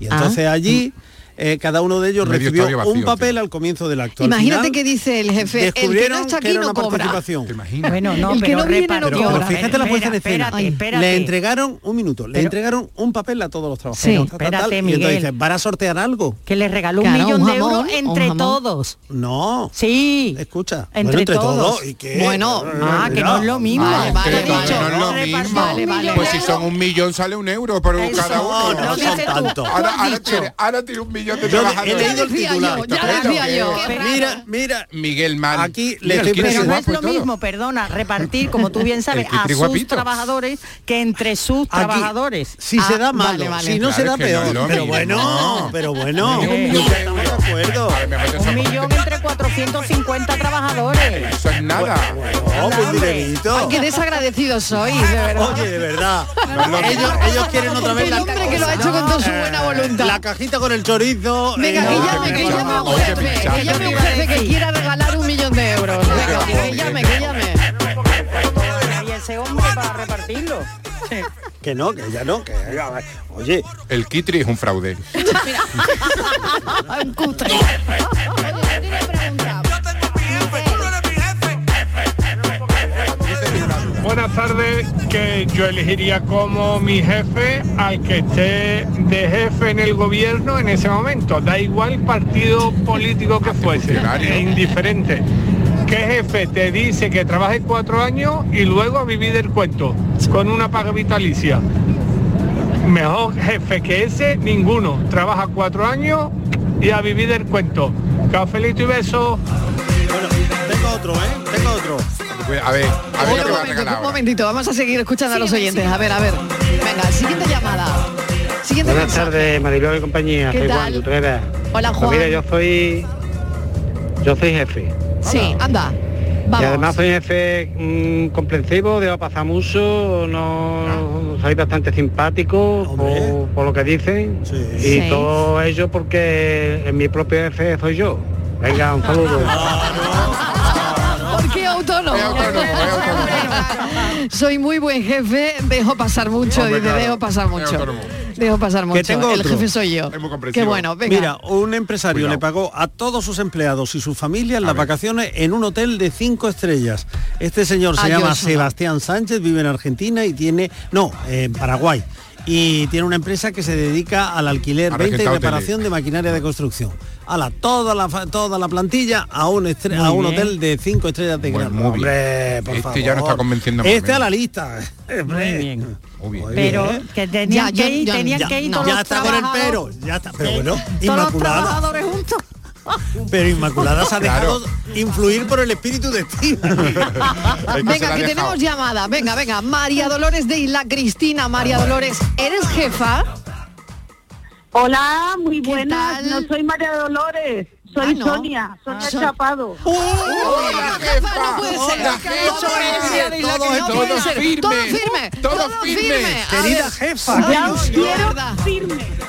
S6: Y
S15: Ah.
S6: entonces allí eh, cada uno de ellos
S5: Medio
S6: recibió
S5: estadio vacío,
S6: un papel al comienzo del acto. Al
S15: Imagínate
S6: final,
S15: que dice el jefe, el que no
S6: descubrieron
S15: está
S6: que
S15: aquí
S6: era
S15: no
S6: una
S15: cobra.
S6: participación.
S7: Bueno, no,
S15: El que
S7: pero
S15: no viene no
S7: repartió.
S6: Pero,
S7: Ahora,
S6: fíjate la
S7: espera,
S6: puesta en escena.
S7: espérate, espérate.
S6: Le entregaron un minuto, le entregaron un papel a todos los trabajadores.
S7: Sí,
S6: Ta, ta, ta,
S7: espérate,
S6: y
S7: Miguel.
S6: entonces dicen, ¿van a sortear algo?
S7: Que le regaló un
S6: Claro,
S7: millón
S6: un
S7: de
S6: jamón,
S7: euros
S6: un
S7: entre
S6: jamón.
S7: todos.
S6: No.
S7: Sí.
S6: Escucha.
S7: Entre
S6: bueno, entre
S7: todos.
S6: todos. ¿Y qué?
S7: Bueno, ah, que no es lo mismo.
S6: Vale,
S5: Que
S6: vale,
S5: no,
S6: dicho,
S5: no es lo
S6: vale,
S5: mismo.
S6: vale, vale.
S5: Pues si son un millón sale un euro por cada uno.
S6: no son tanto.
S5: Ahora, ahora tiene, ahora tiene un millón de
S4: Yo- he
S5: trabajadores.
S4: leído el Ya decía titular. yo, ya
S5: Pero
S4: decía
S5: que-
S4: yo.
S5: Mira,
S6: mira.
S5: Miguel Mal. Aquí
S7: pero no es lo mismo, perdona, repartir, como
S6: [LAUGHS]
S7: tú bien sabes,
S5: El
S7: a
S5: Kitri
S7: sus
S5: guapito.
S7: trabajadores que entre sus
S6: Aquí,
S7: trabajadores. Ah,
S6: Si se da malo, si no se da peor. pero bueno, pero bueno. Estamos de acuerdo.
S7: Un millón entre 450 trabajadores.
S5: Eso es nada.
S6: No, pues dinerito.
S4: Ay, qué desagradecido soy,
S6: [LAUGHS]
S4: de verdad.
S6: Oye, de verdad.
S4: no.
S6: ellos, ellos quieren otra vez
S4: El
S6: la Eh,
S4: hombre que lo ha hecho con toda su buena voluntad.
S6: La cajita con el chorizo. eh,
S4: Venga, que llame, que llame a un jefe, que llame a un jefe que quiera regalar un millón de euros. Venga, que llame, que llame.
S7: Y ese hombre
S6: [LAUGHS]
S7: para repartirlo.
S6: Que no, que ya no, que oye.
S5: El Kitri es un fraude.
S4: Un cutre.
S3: Buenas tardes, que yo elegiría como mi jefe al que esté de jefe en el gobierno en ese momento, da igual partido político que fuese, es indiferente. ¿Qué jefe te dice que trabaje cuatro años y luego a vivir del cuento con una paga vitalicia? Mejor jefe que ese, ninguno. Trabaja cuatro años y a vivir del cuento. Cafelito y beso.
S6: Tengo otro, ¿eh? Tengo otro.
S5: A ver, a ver lo
S4: Un
S5: que va a
S4: momento,
S5: regalar
S4: un
S5: ahora.
S4: momentito, vamos a seguir escuchando a los oyentes. A ver, a ver. Venga, siguiente llamada. Siguiente
S15: Buenas
S4: mensaje.
S15: tardes, Maribel y compañía.
S4: ¿Qué
S15: Soy Juan
S4: tal?
S15: de Utrera.
S4: Hola, Juan.
S15: Pues mira, yo soy yo soy jefe.
S4: Sí, anda.
S15: Y
S4: Vamos.
S15: además soy jefe mm, comprensivo, debo pasar mucho,
S1: Ah.
S15: no soy bastante simpático por, por lo que dicen. Y
S1: Sí.
S15: todo ello porque en mi propio jefe soy yo. Venga,
S1: Ah.
S15: un saludo.
S4: ¿Por qué autónomo? [LAUGHS] Soy muy buen jefe, dejo pasar mucho,
S6: Hombre,
S4: dice,
S6: claro.
S4: dejo pasar mucho.
S6: autónomo.
S4: Dejo pasar mucho.
S6: Que tengo
S4: El
S6: otro.
S4: jefe soy yo. Qué bueno, venga.
S6: Mira, un empresario le pagó a todos sus empleados y sus familias las vacaciones en un hotel de cinco estrellas. Este señor se
S1: Ah, yo
S6: llama
S1: eso no.
S6: Sebastián Sánchez, vive en Argentina y tiene, no, en Paraguay. Y tiene una empresa que se dedica al alquiler,
S1: Ahora que
S6: venta y
S1: está hoteles.
S6: reparación de maquinaria de construcción. Ala, toda la, fa- toda la plantilla a un, estre-
S5: Muy
S6: a un
S5: bien.
S6: hotel de cinco estrellas de gran.
S5: muy bien.
S6: Hombre, por
S5: Este ya no
S6: favor.
S5: está convenciendo más,
S6: Este
S5: ¿eh?
S6: a la lista. [LAUGHS] Muy bien.
S7: Pero que
S6: Ya,
S7: tenían
S6: yo-
S7: que ir,
S6: yo-
S7: tenían
S6: ya,
S7: que ir
S6: no.
S7: todos
S6: Ya
S7: los
S6: está con el pero,
S7: trabajadores-
S6: ya está. Pero bueno,
S7: todos los
S6: Inmaculada.
S7: trabajadores juntos.
S6: Pero Inmaculada se ha
S1: Claro.
S6: dejado influir por el espíritu de Steve.
S4: [LAUGHS] Venga, que tenemos llamada. Venga, venga. María Dolores de Isla Cristina. María Dolores, ¿eres jefa?
S13: Hola, muy buenas. No soy María Dolores, soy
S4: Ah, no.
S13: Sonia, Sonia
S4: Son-
S13: Chapado.
S4: ¡Hola, jefa! ¡No puede ser!
S13: Hola,
S4: ¡No
S13: jefa.
S4: puede ser! Isla
S13: Todo-
S4: Cristina, no
S13: todo
S4: puede ser.
S13: firme.
S4: Todo firme.
S13: Todo
S4: Todo
S13: firme.
S4: firme. A
S13: Querida
S4: ver.
S13: jefa,
S4: Ay,
S13: ya
S4: Dios,
S13: quiero
S4: de verdad.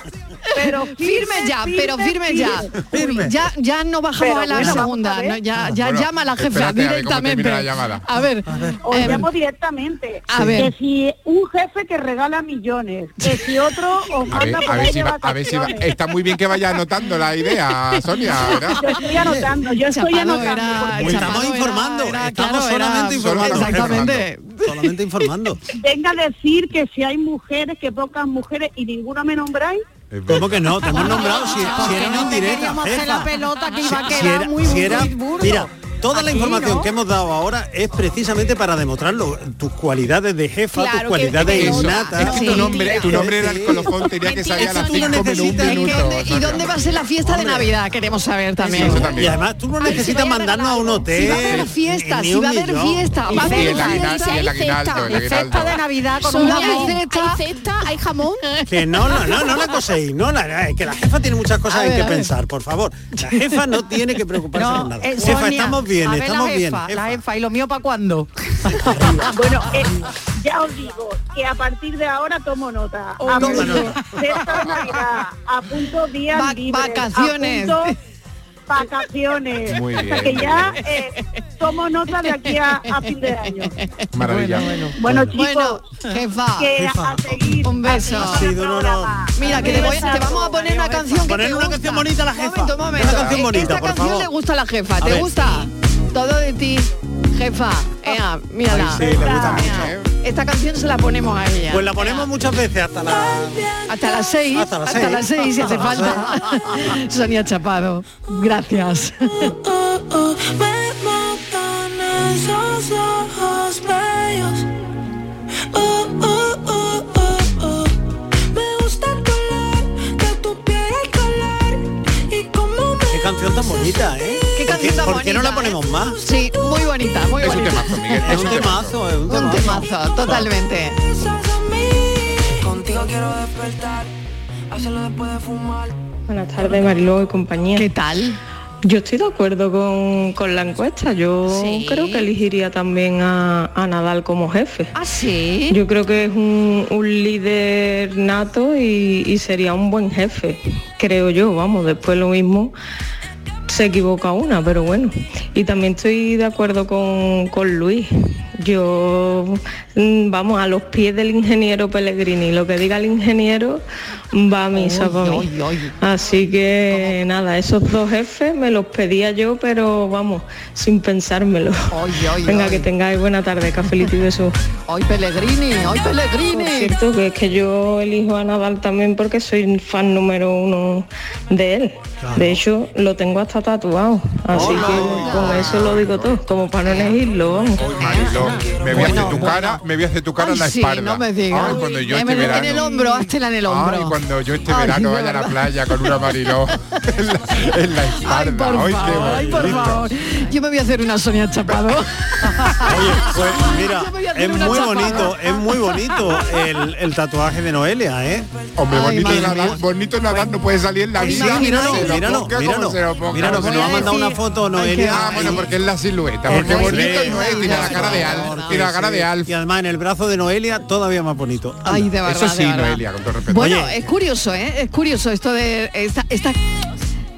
S13: Pero
S4: firme ya, pero firme ya. Uy, Ya, ya no bajamos
S13: Pero
S4: a la
S13: bueno,
S4: segunda.
S13: vamos a
S4: no, ya ya
S13: Bueno,
S4: llama a la jefa
S13: espérate a ver cómo
S4: directamente.
S13: termina la llamada.
S4: A ver.
S13: Os
S4: eh,
S13: llamo directamente.
S4: A
S13: Que
S4: ver.
S13: si un jefe que regala millones, que si otro os
S5: A ver,
S13: manda
S5: a
S13: por
S5: ver
S13: ahí
S5: si
S13: de
S5: va, a ver si va.
S13: vacaciones.
S5: Está muy bien que vaya anotando la idea, Sonia, ¿verdad?
S13: Yo estoy anotando, yo estoy
S4: Chapado
S13: anotando.
S4: era- eh.
S13: porque-
S4: Chapado era-
S13: Ah,
S4: era, claro, era- Exactamente.
S6: Solamente informando.
S13: Venga a decir que si hay mujeres, que pocas mujeres y ninguna me nombráis.
S6: ¿Cómo que no? Te hemos nombrado si, si era
S13: no
S6: una
S13: te
S6: indirecta,
S13: queríamos hacer
S6: jefa.
S13: la pelota, que iba a
S6: Si- si
S13: quedar
S6: era-
S13: muy-
S6: si
S13: muy
S6: era-
S13: burdo.
S6: Mira, toda la
S13: Aquí,
S6: información
S13: ¿no?
S6: que hemos dado ahora es precisamente para demostrarlo. Tus cualidades de jefa,
S13: Claro
S6: tus
S13: que-
S6: cualidades
S5: Eso.
S6: innatas.
S5: Es que tu nombre, tu nombre era el colofón, tenía que salir a las 5 menos un minuto.
S4: ¿Y dónde va a ser la fiesta de Navidad? Queremos saber también.
S6: Eso también. Y además tú no necesitas mandarnos a un hotel.
S4: Si va a haber fiesta,
S6: ni
S4: si
S6: un
S4: va a haber
S6: millón.
S4: fiesta, va a
S6: Y
S4: haber
S6: el aguinaldo, y el aguinaldo, el
S4: fiesta.
S6: aguinaldo.
S4: Navidad
S6: Sonia,
S4: jamón.
S9: ¿Hay cesta? ¿Hay jamón?
S6: [LAUGHS] Que no, no, no, no la coséis, no la, eh, que la jefa tiene muchas
S9: A
S6: cosas en
S9: ver,
S6: que
S9: a ver.
S6: pensar, por favor. La jefa no tiene que preocuparse
S7: No,
S6: por nada.
S7: eh,
S6: jefa,
S7: Sonia,
S6: estamos bien,
S7: a ver,
S6: estamos
S7: la
S6: bien.
S7: jefa,
S6: jefa.
S7: La jefa, ¿y lo mío para cuándo?
S13: bueno, eh, ya os digo que a partir de ahora tomo nota.
S7: Oh,
S13: apunto,
S7: toma nota.
S13: Cesta de Navidad, apunto días
S4: Va-
S13: libres,
S4: vacaciones.
S13: apunto vacaciones.
S5: Muy bien,
S13: que
S5: muy
S13: ya eh, tomo nota de aquí a, a fin de año.
S5: Maravilla.
S13: Bueno, chicos,
S4: jefa.
S13: que a seguir.
S4: Un beso.
S13: a seguir con el programa.
S4: Mira, que te, voy- te vamos a poner una canción que te
S6: Poner una
S4: gusta.
S6: canción bonita a la jefa.
S4: Un momento, un
S6: Una canción
S4: momento. Eh,
S6: bonita,
S4: Esta
S6: por
S4: canción
S6: favor.
S4: le gusta a la jefa. ¿Te
S6: ver.
S4: gusta? Todo de ti, jefa. Ea, mírala.
S6: Ay, sí, le gusta mucho,
S4: Ea. Esta canción se la ponemos a ella.
S6: Pues la ponemos muchas veces hasta la...
S4: Hasta las seis.
S6: Hasta las seis.
S4: si hace
S6: Hasta las
S4: falta. Sonia Chapado. Gracias.
S1: Me matan esos ojos bellos. Oh, oh, oh, oh, oh. Me gusta el color de tu piel, el color
S6: canción tan bonita, ¿eh?
S4: Qué
S6: ¿Por
S4: canción tan
S6: ¿Por qué no la
S4: bonita, eh?
S6: ponemos más?
S4: Sí, muy bonita, muy bonita.
S6: Es un temazo, es un
S4: Un temazo, totalmente.
S23: Contigo quiero despertar, hacerlo después de fumar.
S24: Buenas tardes, Mariló y compañía. ¿Qué
S4: tal?
S24: Yo estoy de acuerdo con, con la encuesta. Yo creo que elegiría también a, a Nadal como jefe.
S4: Ah, sí.
S24: Yo creo que es un, un líder nato y, y sería un buen jefe, creo yo. Vamos, después lo mismo se equivoca una, pero bueno. Y también estoy de acuerdo con, con Luis. Yo, mm, vamos, a los pies del ingeniero Pellegrini. Lo que diga el ingeniero va a misa para mí. Así que nada, esos dos jefes me los pedía yo, pero vamos, sin pensármelo. Venga, que tengáis buena tarde, cafelito y besos.
S4: Hoy Pellegrini, hoy Pellegrini.
S24: Por cierto, que es que yo elijo a Nadal también porque soy fan número uno de él. De hecho, lo tengo hasta tatuado. Así que con eso lo digo todo, como para no elegirlo. vamos.
S5: Mariló, me voy a hacer tu cara, me voy a hacer tu cara en la
S24: Ay, sí,
S5: espalda.
S24: no me digas.
S5: Ay, cuando yo
S4: En
S5: este
S4: el- en el
S5: verano.
S4: hombro, háztela en el hombro.
S5: Ay, cuando yo este
S4: Ay,
S5: verano
S4: de
S5: vaya a la
S4: verdad.
S5: playa con una Mariló en la, en la espalda.
S4: Por
S5: Ay, qué
S4: favor, ay, por
S5: bonito.
S4: favor. Yo me voy a hacer una Sonia Chapado.
S6: Pues mira,
S4: Yo voy a hacer
S6: es
S4: una
S6: muy
S4: chapada.
S6: bonito, es muy bonito el, el tatuaje de Noelia, ¿eh?
S5: Hombre, bonito Nadal- bonito Nadal no puede salir en la
S4: Pues
S6: Sí,
S5: vida.
S6: míralo,
S5: se lo
S6: míralo,
S5: ponga como
S6: míralo,
S5: se lo ponga. Pues
S6: míralo, que nos ha mandado una foto Noelia.
S5: Ah, bueno, porque es la silueta,
S6: Es
S5: porque
S6: muy
S5: bonito
S6: bien.
S5: no es, tiene la cara de Al, tiene la cara de Al.
S6: Y además en el brazo de Noelia todavía más bonito. Anda.
S4: Ay, de verdad,
S5: Eso sí,
S4: de verdad.
S5: Noelia, con todo respeto.
S4: Bueno, es curioso, ¿eh? Es curioso esto de... Está, está,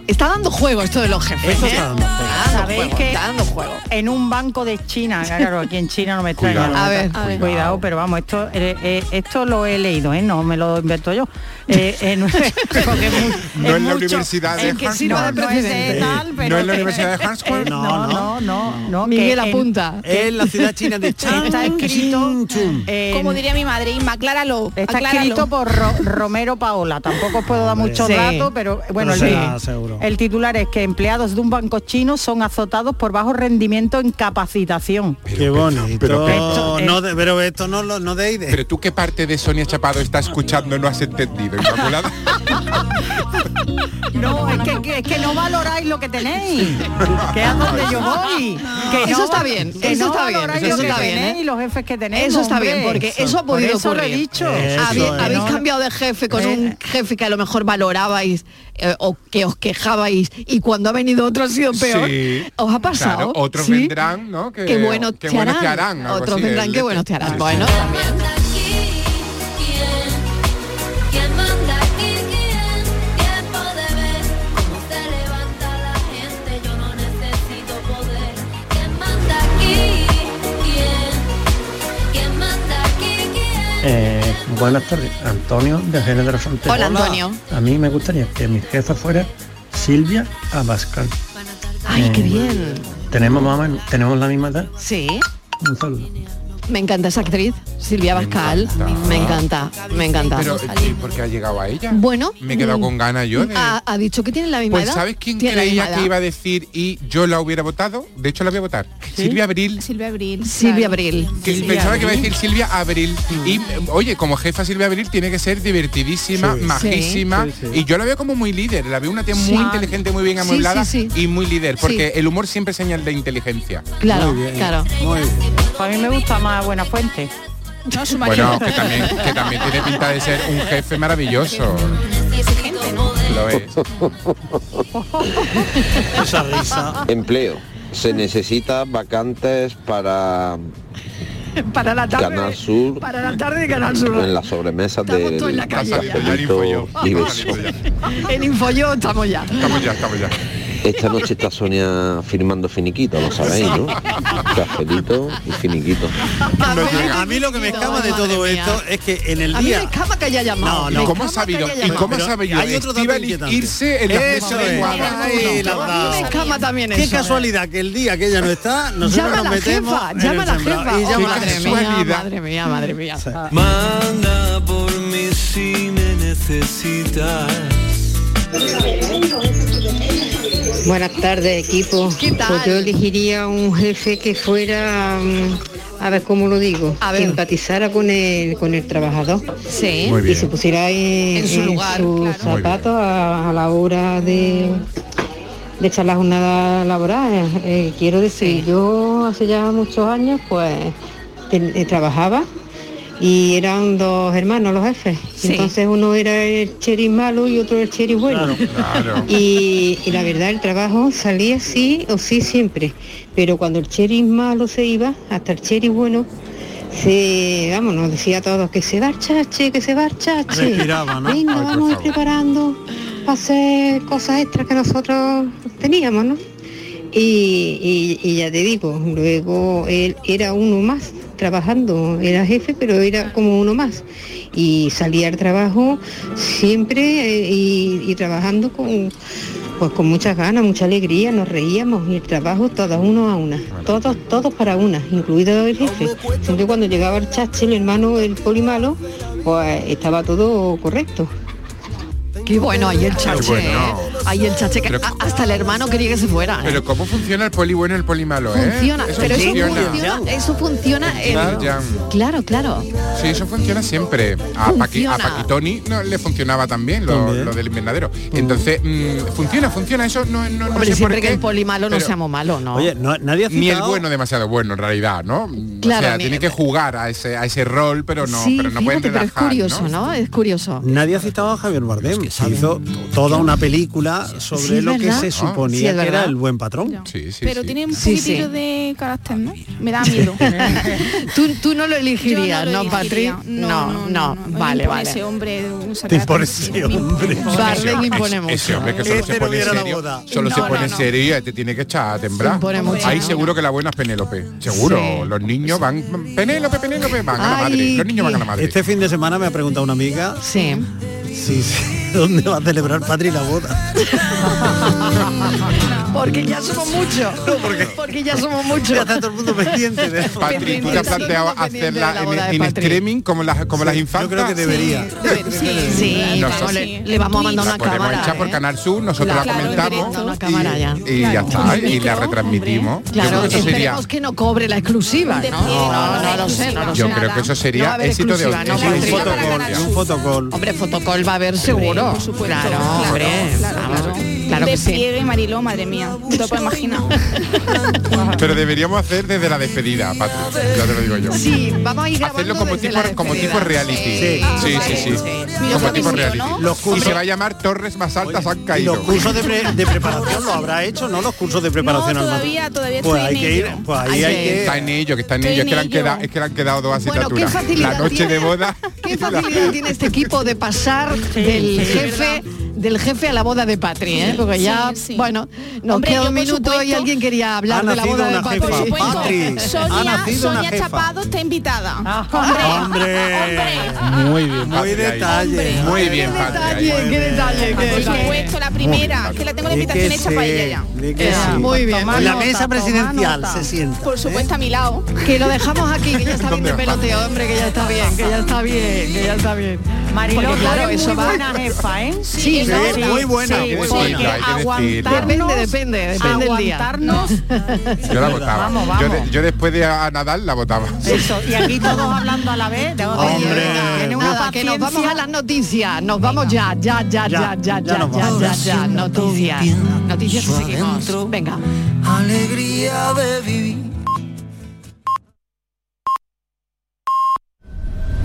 S4: está dando juego esto de los jefes.
S7: Esto
S4: ¿eh?
S7: está dando juego. ¿Sabéis
S4: juego,
S7: que-
S4: está dando juego.
S7: en un banco de China, [LAUGHS] claro, aquí en China no me extraña.
S4: Cuidado.
S7: no me
S4: A ver,
S7: extraña.
S4: a ver.
S7: cuidado, pero vamos, esto eh, eh, esto lo he leído, ¿eh? no me lo invento yo. Eh, eh, no, porque es mu-
S5: No
S7: es
S5: en la
S7: mucho-
S5: universidad de
S7: en que sirva de
S5: Harvard.
S7: precedente. tal, pero
S5: No en la
S7: que- [LAUGHS]
S5: universidad de Harvard.
S7: Eh, no, no, no, no.
S4: Miguel,
S7: que en-
S4: apunta.
S7: que-
S6: En la ciudad china de
S7: [LAUGHS] Está escrito. eh,
S9: Como diría mi madre, Inma, acláralo.
S7: Está
S9: acláralo.
S7: escrito por Ro- Romero Paola. Tampoco os puedo dar muchos
S4: Sí.
S7: datos, pero bueno,
S6: Pero
S7: el-
S6: será seguro.
S7: el titular es que empleados de un banco chino son azotados por bajo rendimiento en capacitación.
S6: Qué bonito.
S5: pero- Esto-
S6: no, de- pero esto no, lo- no de ahí de-
S5: Pero tú qué parte de Sonia Chapado está escuchando no has entendido, Inmaculada.
S7: No, es que- que, es que no valoráis lo que tenéis. Que es a donde yo voy. Que
S4: Eso
S7: no-
S4: está bien,
S7: que
S4: eso
S7: no
S4: está bien,
S7: valoráis
S4: eso
S7: lo que
S4: está bien,
S7: tenéis
S4: ¿eh?
S7: y los jefes que tenéis.
S4: Eso está bien, porque eso ha podido
S7: eso lo he
S4: ocurrir.
S7: dicho.
S4: Habéis, habéis cambiado de jefe
S7: Eh.
S4: con un jefe que a lo mejor valorabais eh, o que os quejabais y cuando ha venido otro ha sido [LAUGHS] peor.
S5: Sí.
S4: ¿Os ha pasado?
S5: Claro, otros
S4: Sí.
S5: vendrán, ¿no? Que,
S4: Qué buenos
S5: que
S4: te
S5: buenos
S4: harán.
S5: te harán. algo
S4: Otros
S5: así,
S4: vendrán,
S5: el-
S4: qué buenos te harán. Bueno,
S10: ¿Quién manda aquí? ¿Quién? Tiempo de ver cómo se levanta la gente. Yo no necesito poder. ¿Quién manda aquí? ¿Quién? ¿Quién manda aquí? ¿Quién?
S12: Eh, buenas tardes, Antonio de Jerez de la Frontera.
S4: Hola, Hola. Antonio.
S12: A mí me gustaría que mi jefa fuera Silvia Abascal.
S4: Ay, qué
S12: Eh,
S4: bien.
S12: Tenemos más o menos- tenemos la misma edad.
S4: Sí.
S12: Un saludo.
S4: Me encanta esa actriz, Silvia Bascal. Me encanta, me encanta.
S5: Pero, ¿y por qué ha llegado a ella?
S4: Bueno,
S5: Me he quedado
S4: mm,
S5: con ganas yo de...
S4: Ha, ha dicho que tienen la misma
S5: Pues
S4: edad.
S5: ¿sabes quién
S4: Tienen la
S5: creía
S4: misma
S5: que
S4: edad.
S5: iba a decir y yo la hubiera votado? De hecho la voy a votar. Silvia Abril.
S9: Silvia Abril.
S4: Silvia Abril.
S5: Que
S4: Silvia
S5: pensaba que iba a
S4: Abril.
S5: decir Silvia Abril. Y oye, como jefa Silvia Abril tiene que ser divertidísima,
S6: Sí.
S5: majísima.
S6: Sí, sí, sí.
S5: Y yo la veo como muy líder. La veo una tía muy
S6: Sí.
S5: inteligente, muy bien
S6: Sí,
S5: amueblada
S6: sí, sí.
S5: y muy líder. Porque
S7: Sí.
S5: el humor siempre es señal de inteligencia.
S7: Claro,
S5: Muy bien.
S7: claro.
S6: Muy bien.
S7: A mí me gusta más Buena Fuente.
S9: No, su
S5: Bueno, que también, que también tiene pinta de ser un jefe maravilloso. Lo es.
S6: Esa
S9: [LAUGHS]
S6: risa.
S13: Empleo. Se necesita vacantes para
S4: Para la tarde.
S13: Canal Sur
S4: Para la tarde de Canal Sur. [LAUGHS]
S13: en las sobremesas del
S4: todos en la calle ya.
S13: cafelito y beso.
S4: En Infoyo estamos ya.
S5: Estamos ya, estamos ya.
S13: Esta noche está Sonia firmando finiquito, lo sabéis, ¿no? Cafelito y finiquito.
S6: a mí lo que me escapa de todo esto es que en el
S4: A mí me
S6: día
S4: escapa que haya llamado.
S6: No, no.
S4: Me
S6: ¿Cómo
S4: escapa
S6: ha sabido?
S4: que haya
S6: ¿Y
S4: llamado.
S6: cómo ha sabido
S5: Hay otro dato
S6: Estíbaliz
S5: inquietante. irse en la
S6: Eso
S5: misma
S6: es.
S5: lenguada.
S6: Ahí la has
S4: A
S6: dado.
S4: mí me escapa también
S6: Qué
S4: eso. ¿eh?
S6: casualidad que el día que ella no está, nosotros
S4: Llama a
S6: nos
S4: la
S6: metemos
S4: jefa,
S6: en
S4: llama a
S6: el
S4: la
S6: sembrado.
S4: jefa.
S6: Y
S4: Oh,
S6: llama a la
S4: madre
S6: jefa.
S4: mía, madre mía, madre mía.
S1: Manda por mí si me necesitas.
S14: Buenas tardes, equipo. Pues yo elegiría un jefe que fuera, mm, a ver cómo lo digo, que empatizara con el, con el trabajador.
S4: Sí.
S14: Y se pusiera en,
S4: En su
S14: en
S4: lugar,
S14: sus
S4: claro.
S14: zapatos a, a la hora de, de echar la jornada laboral. Eh, quiero decir, yo hace ya muchos años pues ten- eh, trabajaba y eran dos hermanos los jefes.
S10: Sí.
S14: Entonces uno era el cherry malo y otro el cherry bueno.
S10: Claro.
S14: Y, y la verdad el trabajo salía sí o sí siempre. Pero cuando el cherry malo se iba, hasta el cherry bueno, se, vamos, nos decía a todos que se va el chache, que se va el chache.
S6: Respiraba, ¿no?
S14: Venga,
S6: Ay, por
S14: vamos a ir
S6: favor.
S14: preparando para hacer cosas extras que nosotros teníamos, ¿no? Y, y- y ya te digo, luego él era uno más trabajando, era jefe, pero era como uno más. Y salía al trabajo siempre eh, y, y trabajando con, pues con muchas ganas, mucha alegría, nos reíamos y el trabajo todos uno a una, todos, todos para una, incluido el jefe. Siempre cuando llegaba el chache, el hermano, el polimalo, pues estaba todo correcto.
S4: Qué bueno, ahí el chache.
S5: bueno.
S4: ¿eh? Ahí el chache, que
S5: Pero-
S4: a- hasta el hermano quería que se fuera. ¿eh?
S5: Pero cómo funciona el poli bueno y el poli malo, ¿eh?
S4: Funciona,
S5: Eso
S4: pero eso
S5: funciona.
S4: funciona, eso funciona en-
S5: Claro, ya.
S4: Claro, claro.
S5: Sí, eso funciona siempre. A, Paqui, a
S4: Funciona.
S5: Paquitoni no le funcionaba también lo, lo del invernadero. Entonces, mm, funciona, funciona. Eso no, no, no
S4: Hombre,
S5: sé por
S4: siempre que
S5: qué,
S4: el poli malo no
S5: pero-
S4: seamos malo, ¿no?
S6: nadie ha
S5: Ni el
S6: citado-
S5: bueno demasiado bueno en realidad, ¿no? o
S4: Claro,
S5: sea,
S4: ni-
S5: tiene que jugar a ese, a ese rol, pero no,
S4: sí,
S5: pero no pueden
S4: fíjate, pero es
S5: relajar.
S4: curioso, ¿no? Es curioso.
S6: Nadie ha citado a Javier Bardem. Se hizo toda una película sobre
S4: Sí, es
S6: lo que
S4: verdad.
S6: se
S4: Ah.
S6: suponía
S4: Sí, es
S6: que era
S4: verdad.
S6: el buen patrón.
S9: Pero tiene un
S4: Sí,
S9: poquitito
S4: sí.
S9: de carácter, ¿no? Me da
S6: [LAUGHS]
S9: miedo.
S4: Tú, tú no lo elegirías,
S9: Yo no lo
S4: ¿no, Patri?
S9: elegiría.
S4: No, no, vale,
S9: Impone
S4: vale.
S9: Ese hombre, un
S6: Te
S9: sacar-
S6: pone ese hombre.
S4: Bardem impone mucho.
S5: Ese hombre que solo
S6: Este
S5: se
S6: no
S5: pone
S6: viene a la
S5: serio,
S6: boda.
S5: solo se
S6: No,
S5: pone
S6: no, no.
S5: serio y te tiene que echar a
S4: Se
S5: temblar.
S4: impone mucho,
S5: Ahí
S4: ¿no?
S5: seguro que la buena es Penélope. Seguro.
S4: Sí.
S5: Los niños van. Penélope, Penélope, van a la madre. Los niños van a la madre.
S6: Este fin de semana me ha preguntado una amiga
S4: Sí.
S6: si, si- [LAUGHS] dónde va a celebrar Patri la boda.
S4: [LAUGHS] Porque ya somos muchos. porque... ya somos muchos.
S6: Ya está todo el mundo pendiente
S4: [LAUGHS]
S6: de
S5: Patri, ¿tú te has planteado hacerla en, en este streaming como las, como las infantas?
S6: creo que debería.
S4: Sí, sí,
S5: Nosotros-
S4: vamos, le, le vamos a mandar
S5: La
S4: una
S5: podemos
S4: cámara. ¿eh?
S5: echar por Canal Sur, nosotros
S4: Claro,
S5: la comentamos
S4: directo, una cámara ya.
S5: y ya está, y la retransmitimos. Yo creo
S4: Claro,
S5: que eso
S4: esperemos
S5: sería,
S4: que no cobre la exclusiva, ¿no? No, no, lo sé, no lo sé.
S5: yo creo que eso
S4: No va a
S5: sería
S4: haber
S5: éxito de
S4: exclusiva, no,
S5: audiencia.
S4: un fotocall,
S6: un fotocall.
S4: Hombre, fotocall va a haber seguro. claro, hombre. vamos, Claro,
S9: de
S4: que sí.
S9: fiebre, Mariló, madre mía. No te puedes imaginar.
S5: Pero deberíamos hacer desde la despedida, Patri, ya te lo digo yo.
S4: Sí, [LAUGHS] vamos a ir grabando
S5: Hacerlo como
S4: desde
S5: tipo,
S4: la
S5: como
S4: despedida.
S5: tipo reality.
S6: Sí.
S5: sí, sí. sí. Como tipo reality.
S6: Los
S5: Y
S6: cursos-
S5: se va a llamar Torres más altas han caído.
S6: Los cursos de, pre- de preparación lo habrá hecho, ¿no? Los cursos de preparación al
S9: todavía, todavía
S6: Pues
S9: estoy
S6: hay
S9: en
S6: que ir,
S9: ello.
S6: pues ahí hay que
S5: Está en ello, que está en
S6: Estoy
S5: ello. Es
S6: en
S5: que, le han
S6: ello.
S5: quedado, es que le han quedado dos
S4: Bueno, ¿qué
S5: asignaturas.
S4: facilidad
S5: la noche
S4: tiene?
S5: de boda.
S4: ¿Qué facilidad tiene este equipo de pasar del jefe del jefe a la boda de Patri, ¿eh? Porque ya, bueno, nos
S9: Hombre,
S4: queda
S9: yo,
S4: un
S9: por
S4: minuto y
S9: supuesto-
S4: alguien quería hablar
S6: Ha
S4: de la
S6: nacido
S4: boda de
S6: una
S4: Patri.
S6: jefa.
S9: Por supuesto,
S6: Patri, ha
S9: Sonia,
S6: nacido una
S9: Sonia
S6: jefa.
S9: Chapado está invitada.
S4: Ah.
S5: Muy bien,
S6: Muy detalle.
S5: Muy bien, Patri. ahí.
S4: qué detalle, qué
S9: Por
S4: detalle.
S9: supuesto, la primera, que la tengo la
S5: Di
S9: invitación
S5: que
S9: hecha para Ah. ella ya.
S6: di que
S4: Eh,
S6: sí.
S4: muy bien,
S6: En la
S4: toma
S6: mesa
S4: nota,
S6: presidencial
S4: toma nota.
S6: se sienta.
S9: Por supuesto, a mi lado.
S4: Que lo dejamos aquí, que ya está bien
S6: ¿Dónde
S4: de
S6: va?
S4: peloteo, hombre, que ya está bien, que ya está bien, que ya está bien.
S7: Mariló,
S4: Porque,
S7: tú eres muy
S4: va-
S7: buena jefa, ¿eh?
S4: Sí,
S7: Sí,
S4: es
S7: sí,
S4: verdad.
S7: muy buena, muy buena,
S4: porque
S7: hay que decirlo.
S4: aguantarnos- Depende, depende, depende del día.
S7: aguantarnos.
S5: Yo la votaba.
S7: Vamos, vamos.
S5: Yo, de- yo después de a a Nadal la votaba.
S7: Eso, y aquí todos hablando a la vez. tengo que- Tiene una
S4: Nada, que nos
S7: paciencia.
S4: vamos a las noticias. Nos vamos ya, ya, ya, ya, ya, ya,
S7: ya
S4: ya,
S7: nos
S4: ya,
S7: vamos.
S4: ya, Noticias. Noticias y seguimos. Venga.
S1: Alegría de vivir.